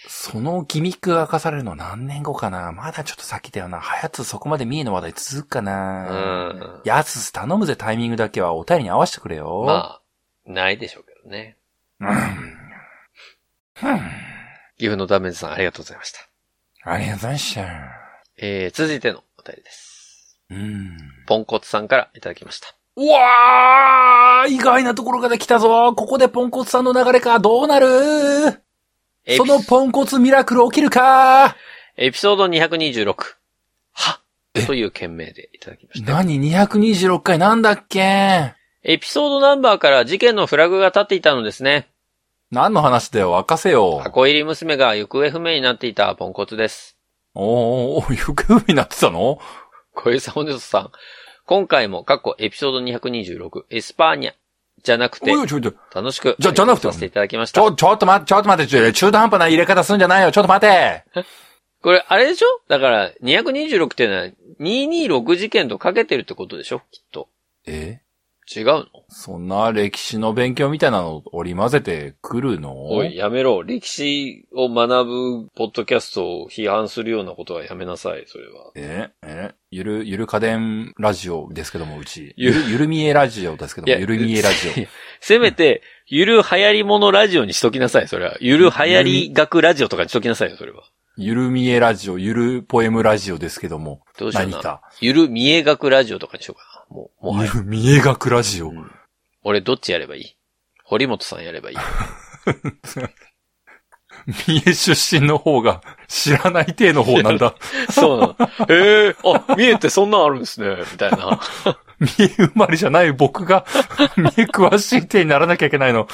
S2: そのギミックが明かされるの何年後かなまだちょっと先だよな。早くそこまで三重の話題続くかな
S1: うん。
S2: やつ頼むぜタイミングだけはお便りに合わせてくれよ。
S1: まあ、ないでしょうけどね。
S2: うんうん
S1: 岐阜のダメージさんありがとうございました。
S2: ありがとうございました。
S1: えー、続いてのお便りです。
S2: うん。
S1: ポンコツさんからいただきました。
S2: うわー意外なところから来たぞここでポンコツさんの流れかどうなる
S1: エピ
S2: そのポンコツミラクル起きるか
S1: エピソード226。は
S2: え
S1: という件名でいただきました。
S2: 何 ?226 回なんだっけ
S1: エピソードナンバーから事件のフラグが立っていたのですね。
S2: 何の話だよ任せよ。
S1: 箱入り娘が行方不明になっていたポンコツです。
S2: おーおー、行方不明になってたの
S1: 小遊三本日さん。今回も、過去エピソード226、エスパーニャ、じゃなくて
S2: お、いちょいちょい、
S1: 楽しく、
S2: じゃじゃなくて
S1: させていただきまし
S2: ち
S1: た。
S2: ょ、ちょっと待って、ちょっと待って、ちょ中途半端な入れ方すんじゃないよ。ちょっと待て。
S1: これ、あれでしょだから、226ってのは、226事件とかけてるってことでしょきっと。
S2: え
S1: 違うの
S2: そんな歴史の勉強みたいなの織り交ぜてくるの
S1: おい、やめろ。歴史を学ぶ、ポッドキャストを批判するようなことはやめなさい、それは。
S2: ええゆる、ゆる家電ラジオですけども、うち。
S1: ゆ
S2: ゆ
S1: る
S2: る、ゆるみえラジオですけども、ゆるみえラジオ。
S1: オ。 (laughs) せめて、ゆる流行りものラジオにしときなさい、それは。ゆる流行り学ラジオとかにしときなさいよ、それは。
S2: ゆるみえラジオ、ゆるポエムラジオですけども、
S1: どうしよう
S2: 何
S1: な。
S2: か。
S1: ゆる見え学ラジオとかにしようかな。もう、もは
S2: ゆ
S1: や。
S2: るみえ学ラジオ。
S1: 俺どっちやればいい堀本さんやればい (laughs) い。
S2: 三重出身の方が知らない体の方なんだ。
S1: そうなの。ええあ、三重ってそんなんあるんですね、みたいな。
S2: (laughs) 三重生まれじゃない僕 (laughs) が、三重詳しい体にならなきゃいけないの。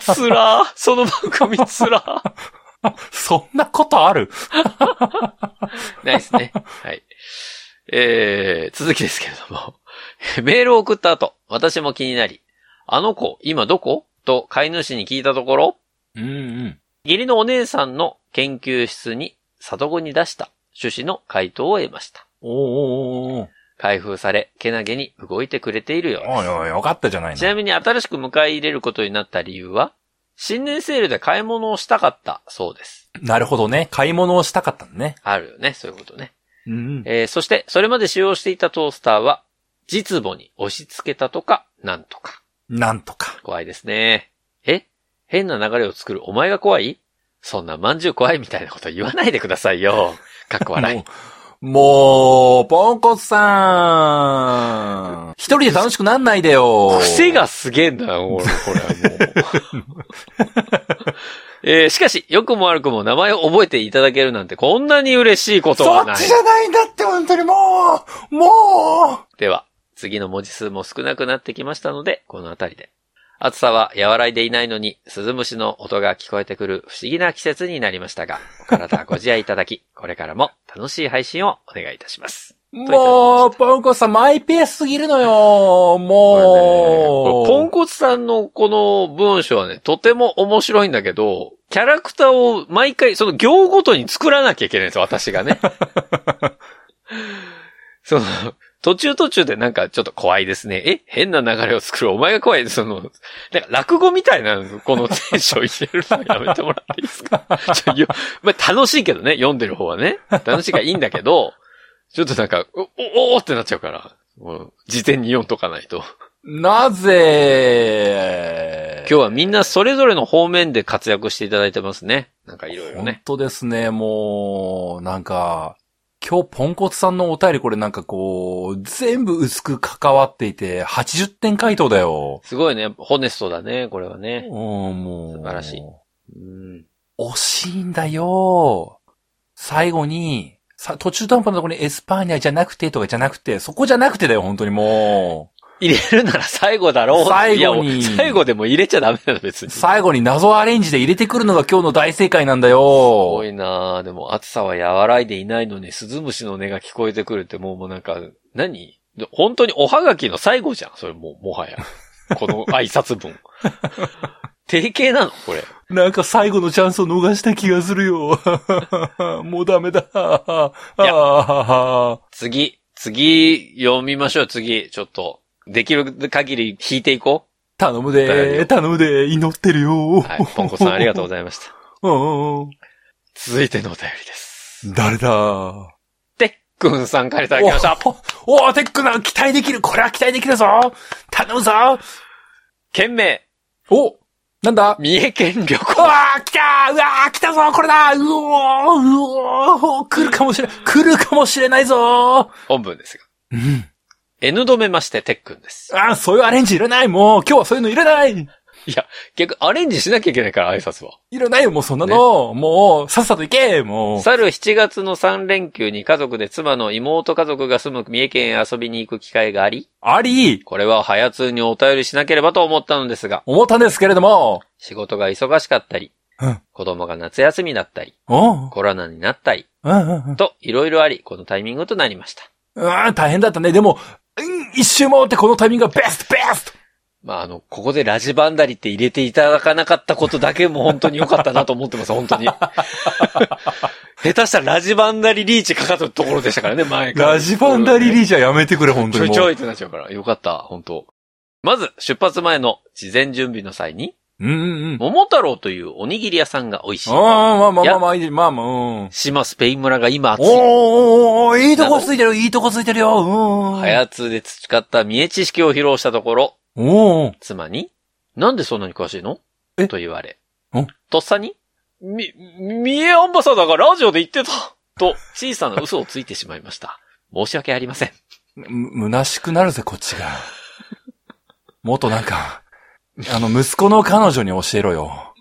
S1: つらーその番組つらー
S2: そんなことある
S1: ないですね。はい。えー、続きですけれども。 (laughs) メールを送った後、私も気になり、あの子、今どこと飼い主に聞いたところ、
S2: うんうん。
S1: 義理のお姉さんの研究室に里子に出した趣旨の回答を得ました。
S2: おーおーおー
S1: 開封され、けなげに動いてくれているようです
S2: おーおいおい、よかったじゃない
S1: ちな
S2: の。
S1: みに新しく迎え入れることになった理由は、新年セールで買い物をしたかったそうです。
S2: なるほどね。買い物をしたかったのね。
S1: あるよね、そういうことね。
S2: うん。
S1: えーそして、それまで使用していたトースターは、実母に押し付けたとか、なんとか。
S2: なんとか。
S1: 怖いですね。え変な流れを作るお前が怖いそんなまんじゅう怖いみたいなこと言わないでくださいよ。
S2: (laughs)
S1: かっこ笑い。
S2: もう、ポンコツさん一人で楽しくなんないでよ
S1: 癖がすげえんだな、俺、これはもう。
S2: (laughs)
S1: えーしかし、良くも悪くも名前を覚えていただけるなんてこんなに嬉しいこと
S2: そ
S1: はない
S2: っち。じゃないんだって、本当にもうもう
S1: では、次の文字数も少なくなってきましたので、この辺りで。暑さは和らいでいないのに、鈴虫の音が聞こえてくる不思議な季節になりましたが、お体ご自愛いただき、これからも楽しい配信をお願いいたします。
S2: もう、ポンコツさん、マイペースすぎるのよもう、
S1: ポンコツさんのこの文章はね、とても面白いんだけど、キャラクターを毎回、その行ごとに作らなきゃいけないんですよ、私がね。その、途中途中でなんかちょっと怖いですね。え変な流れを作る。お前が怖い。その、なんか落語みたいな、このテンション入れるのやめてもらっていいですかちょよまあ、楽しいけどね、読んでる方はね。楽しいからいいんだけど、ちょっとなんか、お、おおーってなっちゃうから、もう事前に読んとかないと。
S2: なぜ
S1: 今日はみんなそれぞれの方面で活躍していただいてますね。なんかいろいろ
S2: 本
S1: ね。
S2: 当ですね、もう、なんか、今日ポンコツさんのお便りこれなんかこう、全部薄く関わっていて、80点回答だよ。
S1: すごいね。ホネストだね、これは
S2: うん、
S1: ね。
S2: もう。
S1: 素晴らしいうん。
S2: 惜しいんだよ。最後に、さ、途中途半端なところにエスパーニャじゃなくてとかじゃなくて、そこじゃなくてだよ、本当にも
S1: 入れるなら最後だろう。
S2: 最後に
S1: いや最後でも入れちゃダメなの、別
S2: う。
S1: に。
S2: 最後に謎アレンジで入れてくるのが今日の大正解なんだ
S1: すご
S2: よ。
S1: いなぁ。でも暑さは和らいでいないのに、鈴虫の音が聞こえてくるってもうもうなんか、何で本当におはがきの最後じゃん。それもう、もはや。この挨拶
S2: (laughs)
S1: 文。定型なのこれ。
S2: なんか最後のチャンスを逃した気がするよ。 (laughs) もうダメだ。ああ
S1: 次、次、読みましょう、次。ちょっと、できる限り弾いていこう。
S2: 頼む
S1: お便り
S2: で
S1: を
S2: ー、頼むでー、祈ってるよー。
S1: (laughs) はい。ポンコさんありがとうご
S2: ざい
S1: ざいました。
S2: ま
S1: 続いてのお便りです。
S2: す。誰だー
S1: てっくんさんからいただきました。
S2: おおーテックな期待できるこれは期待できるぞ頼むぞ
S1: 県名、
S2: おなんだ
S1: 三重県旅
S2: う
S1: 行。
S2: わー来たーうわー来たぞこれだうおーうおー来るかもしれ、来るかもしれないぞー
S1: 本文ですが。
S2: うん。
S1: N 止めましててっくんです。
S2: あーそういうアレンジいらないもう今日はそういうのいらない
S1: 逆、アレンジしなきゃいけないから、挨拶は。
S2: いらないよもうそんなの、もう、さっさと行けもう。
S1: 去る7月の3連休に家族で妻の妹家族が住む三重県へ遊びに行く機会があり、
S2: あり
S1: これは早通にお便りしなければと思ったのですが、
S2: 思ったんですけれども、
S1: 仕事が忙しかったり、
S2: うん
S1: 子供が夏休みだったり、
S2: おう
S1: コロナになったり、
S2: うんうんうん。
S1: といろいろあり、このタイミングとなりました。
S2: うーん、大変だったね。でも、うん、一周回ってこのタイミングがベストベスト
S1: まあ、あの、ここでラジバンダリって入れていただかなかったことだけも本当に良かったなと思ってます、本当
S2: (laughs)
S1: に。下手したらラジバンダリリーチかかったところでしたからね、前から。
S2: ラジバンダリリー
S1: チ。
S2: ジャーやめてくれ、本
S1: ち
S2: 当
S1: ょ
S2: に
S1: い
S2: もう。
S1: ちょいってなっちゃうから。よかった、本当まず、出発前の事前準備の際に、
S2: うんうんうん。
S1: 桃太郎というおにぎり屋さんが美味しい。
S2: ああ、まあまあまあ
S1: あ。
S2: まあ、いいまあまあ、うん。
S1: 島スペイン村が今熱
S2: お
S1: い
S2: ー。おーおーいいとこついてる、いいとこついてるよ。うん。
S1: 早通で培った三重知識を披露したところ、
S2: おー
S1: 妻に、なんでそんなに詳しいの
S2: え
S1: と言われ
S2: ん。
S1: とっさに、み、三重アンバサダーがラジオで言ってたと、小さな嘘をついてしまいました。 (laughs) 申し訳ありません。
S2: む、虚しくなるぜ、こっちが。 (laughs) もっとなんか、あの、息子の彼女に教えろよ。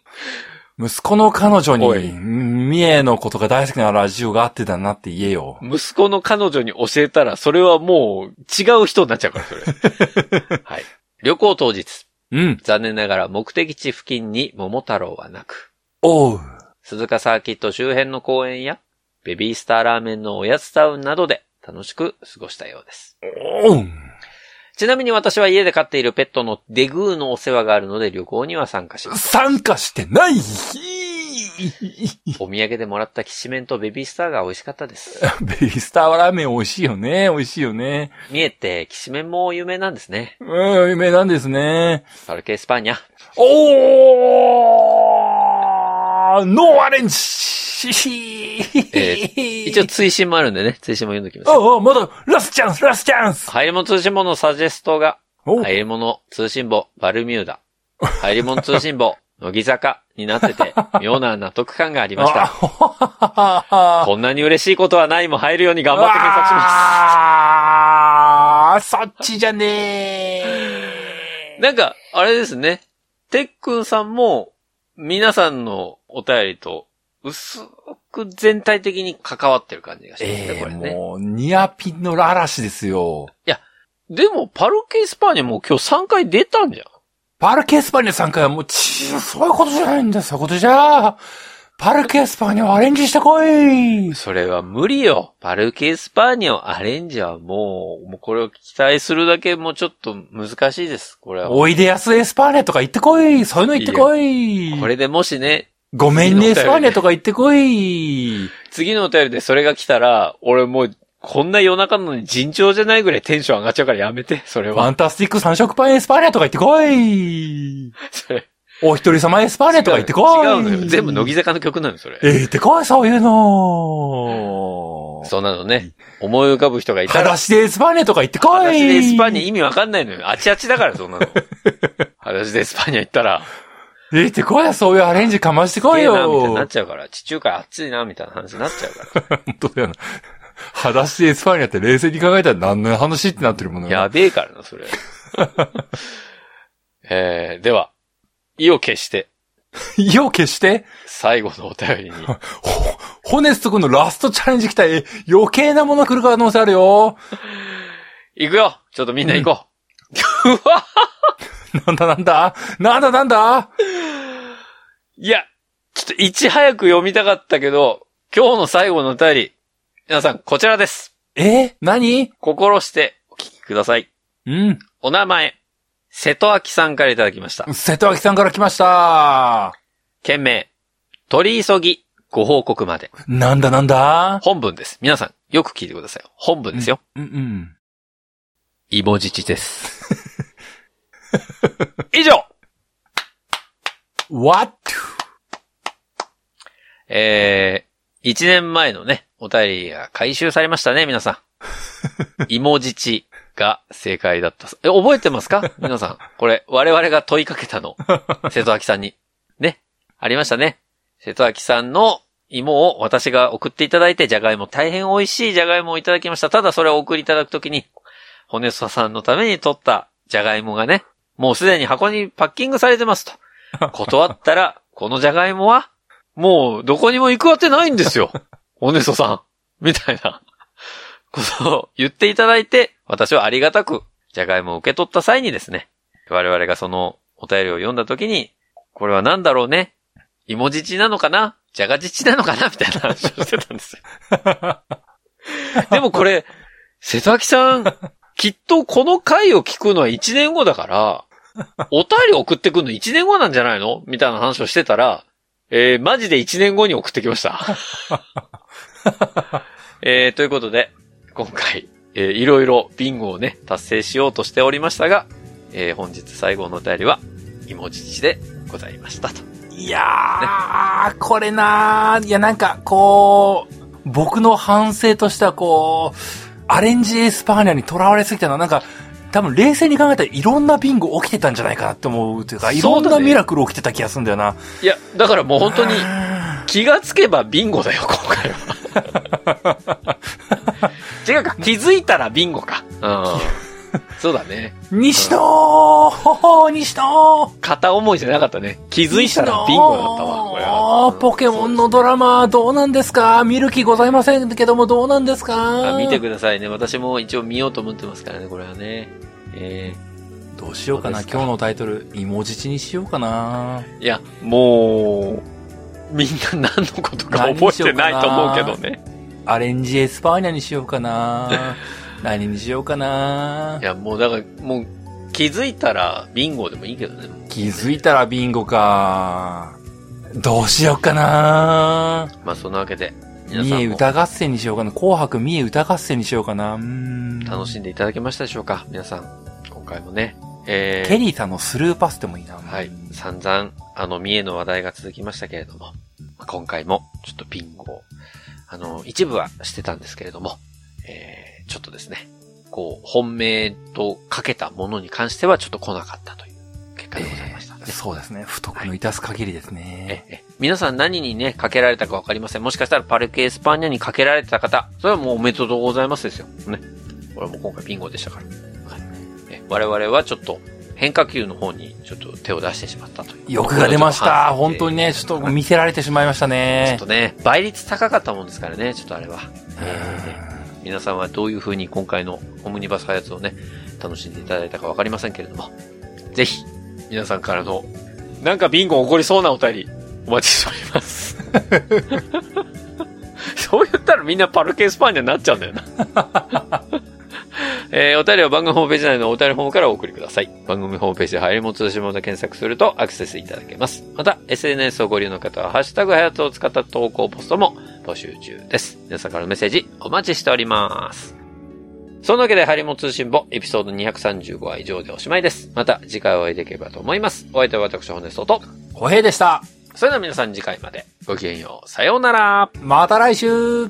S2: 息子の彼女
S1: お
S2: に、
S1: い
S2: 三重のことが大好きなラジオがあってたなって言えよ。
S1: 息子の彼女に教えたら、それはもう違う人になっちゃうから、それ。
S2: (laughs)
S1: はい。旅行当日。
S2: うん。
S1: 残念ながら目的地付近に桃太郎はなく、
S2: おう。
S1: 鈴鹿サーキット周辺の公園や、ベビースターラーメンのおやつタウンなどで楽しく過ごしたようです。
S2: おう。
S1: ちなみに私は家で飼っているペットのデグーのお世話があるので旅行には参加し
S2: (laughs)
S1: ます。
S2: 参加してない
S1: お土産でもらったきしめんとベビースターが美味しかったです。
S2: ベイスターラーメン美味しいよね。美味しいよね。
S1: 見えて、きしめんも有名なんですね。
S2: うん、有名なんですね。
S1: サルケ・スパーニャ。
S2: おーノーアレンジ
S1: え一応追伸もあるんでね、追伸も読んでおきます。
S2: おうおうまだ、ラストチャンス、ラストチャンス
S1: 入り物通信簿のサジェストが、
S2: おう
S1: 入り物通信簿、バルミューダ。入り物通信簿、乃木坂になってて、妙な納得感がありま
S2: (laughs)
S1: した。
S2: あ
S1: こんなに嬉しいことはないも入るように頑張って検索します。
S2: あーそっちじゃねー。
S1: なんか、あれですね。てっくんさんも、皆さんのお便りと、薄く全体的に関わってる感じがしますね、
S2: ええ
S1: これね。
S2: もう、ニアピンの嵐ですよ。
S1: でも、パルケ・スパーニャもう今日3回出たんじゃん。
S2: パルケ・エスパーニャさんからもう、ちそういうことじゃないんだ、そういうことじゃ。パルケ・エスパーニャをアレンジしてこい。
S1: それは無理よ。パルケ・スパーニャをアレンジはもう、もうこれを期待するだけもうちょっと難しいです。これは。
S2: おいでやすエスパーニャとか言ってこい。そういうの言ってこい。
S1: これでもしね、
S2: ごめんね、エスパーニャとか言ってこい。
S1: 次のお便りでそれが来たら、俺もう、こんな夜中なのに尋常じゃないぐらいテンション上がっちゃうからやめて、それ
S2: フ
S1: は。
S2: ァンタスティック三色パンエスパーニャとか言ってこい。
S1: それ
S2: お一人様エスパーニャとか言ってこ
S1: 違
S2: い。
S1: うのよ。全部乃木坂の曲なのよ、それ。
S2: ええ、言ってこい、そういうの。
S1: そんなのね、思い浮かぶ人がいた
S2: 裸
S1: ら、
S2: 足でエスパーニャとか言ってこい。
S1: 裸足でスパーニャ意味わかんないのよ。あちあちだから、そん (laughs) なの。裸足でスパーニャ行ったら、
S2: ええ、言ってこいよ、そういうアレンジかましてこ
S1: え
S2: い
S1: え
S2: よ。
S1: な、みたいになっちゃうから、地中海暑いな、みたいな話になっちゃうから。
S2: 本当だよな。裸足でエスパーニャって冷静に考えたら何の話ってなってるもの
S1: や
S2: よ。
S1: べえからな、 (laughs) それ。えー、では、意を決して、
S2: 意を決して、
S1: 最後のお便りに。
S2: ほ、ホネスト君のラストチャレンジ来たえ、余計なもの来る可能性あるよ。
S1: 行くよちょっとみんな行こ (laughs) う、うわ
S2: なんだなんだなんだなんだ
S1: いや、ちょっといち早く読みたかったけど、今日の最後のお便り、皆さんこちらです。
S2: え何
S1: 心してお聞きください。
S2: うん。
S1: お名前、瀬戸明さんからいただきました。
S2: 瀬戸脇さんから来ました。
S1: 件名、取り急ぎ、ご報告まで。
S2: なんだなんだ
S1: 本文です。皆さん、よく聞いてくださいよ。本文ですよ。
S2: うんうん。
S1: イボジチです。以上
S2: What?
S1: えー、1年前のね、お便りが回収されましたね、皆さん。芋父が正解だったそう。え、覚えてますか皆さん。これ、我々が問いかけたの。瀬戸明さんに。ね。ありましたね。瀬戸明さんの芋を私が送っていただいて、じゃがいも、大変美味しいじゃがいもをいただきました。ただそれをお送りいただくときに、骨ソさんのために取ったじゃがいもがね、もうすでに箱にパッキングされてますと。断ったら、このじゃがいもは、もう、どこにも行くあてないんですよ。おねそさん。みたいな、ことを言っていただいて、私はありがたく、じゃがいもを受け取った際にですね、我々がそのお便りを読んだ時に、これは何だろうね芋じちなのかなじゃがじちなのかなみたいな話をしてたんですよ。でもこれ、瀬戸明さん、きっとこの回を聞くのは1年後だから、お便り送ってくるの1年後なんじゃないのみたいな話をしてたら、えー、マジで1年後に送ってきま
S2: (laughs)
S1: した。えー、ということで、今回、えー、いろいろビンゴをね、達成しようとしておりましたが、えー、本日最後のお便りは、いもじちでございましたと。
S2: いやー、これなー、いやなんか、こう、僕の反省としてはこう、アレンジエスパーニャに囚われすぎたのは、なんか、多分冷静に考えたらいろんなビンゴ起きてたんじゃないかなって思うというか、いろん
S1: そうだ
S2: な
S1: ね
S2: ミラクル起きてた気がするんだよな。
S1: いや、だからもう本当に、
S2: あ
S1: 気がつけばビンゴ
S2: (laughs)
S1: だよ、今回は。違うか、気づいたらビンゴか。うん。そうだね。
S2: ー西野ーほほー西野ー
S1: 片思いじゃなかったね。気づいたらビンゴだったわ、これは。うん
S2: ポケモンのドラマどうなんですか見る気ございませんけどもどうなんですか
S1: あ見てくださいね。私も一応見ようと思ってますからね、これはね。え
S2: どうしようかな
S1: どうですか
S2: 今日のタイトル、芋じちにしようかな
S1: ーいや、もう、みんな何のことか覚えてないと思うけどね。
S2: アレンジエスパーニャにしようか
S1: (laughs)
S2: な何にしようかない
S1: や、もうだから、もう、気づいたらビンゴでもいいけどね。
S2: 気づいたらビンゴかどうしようかな
S1: まあ、そんなわけで、皆さ
S2: 三
S1: ん
S2: 重
S1: も
S2: 歌合戦にしようかな紅白三重歌合戦にしようかなうーん
S1: 楽しんでいただけましたでしょうか皆さん、今回もね。えー
S2: ケリーさんのスルーパスでもいいな
S1: はい。散々、あの、三重の話題が続きましたけれども、まあ今回も、ちょっとビンゴを、あの、一部はしてたんですけれども、えー、ちょっとですね、こう、本命とかけたものに関してはちょっと来なかったという結果でございました。
S2: えーそうですね不徳の致す限りですね、
S1: ええ皆さん何にね、かけられたかわかりません。もしかしたらパルケ・エスパーニャにかけられてた方、それはもうおめでとうございますですよ。ね。これはもう今回ビンゴでしたから。はい、え我々はちょっと変化球の方にちょっと手を出してしまったという。
S2: 欲が出まし
S1: これは
S2: た。
S1: ちょっと反省
S2: 本当にね、ちょっと見せられてしまいました
S1: ちょっ
S2: ね
S1: と。ね、倍率高かったもんですからね、ちょっとあれは。えー
S2: う
S1: 皆さんはどういう風に今回のオムニバス開発をね、楽しんでいただいたかわかりませんけれども、ぜひ、皆さんからの、なんかビンゴ起こりそうなお便り、お待ちしております。 (laughs) そう言ったらみんなパルケスパーニャになっちゃうんだよな。 (laughs) えーお便りは番組ホームページ内のお便りフォームからお送りください。番組ホームページで入りも通信もで検索するとアクセスいただけます。また、SNS をご利用の方は、ハッシュタグハヤツを使った投稿ポストも募集中です。皆さんからのメッセージお待ちしております。そんなわけで、ハリモ通信簿、エピソード235は以上でおしまいです。また次回お会いできればと思います。お相手は私、ホネストと。
S2: ん。小平でした。
S1: それでは皆さん次回まで。ごきげんよう。さようなら。
S2: また来週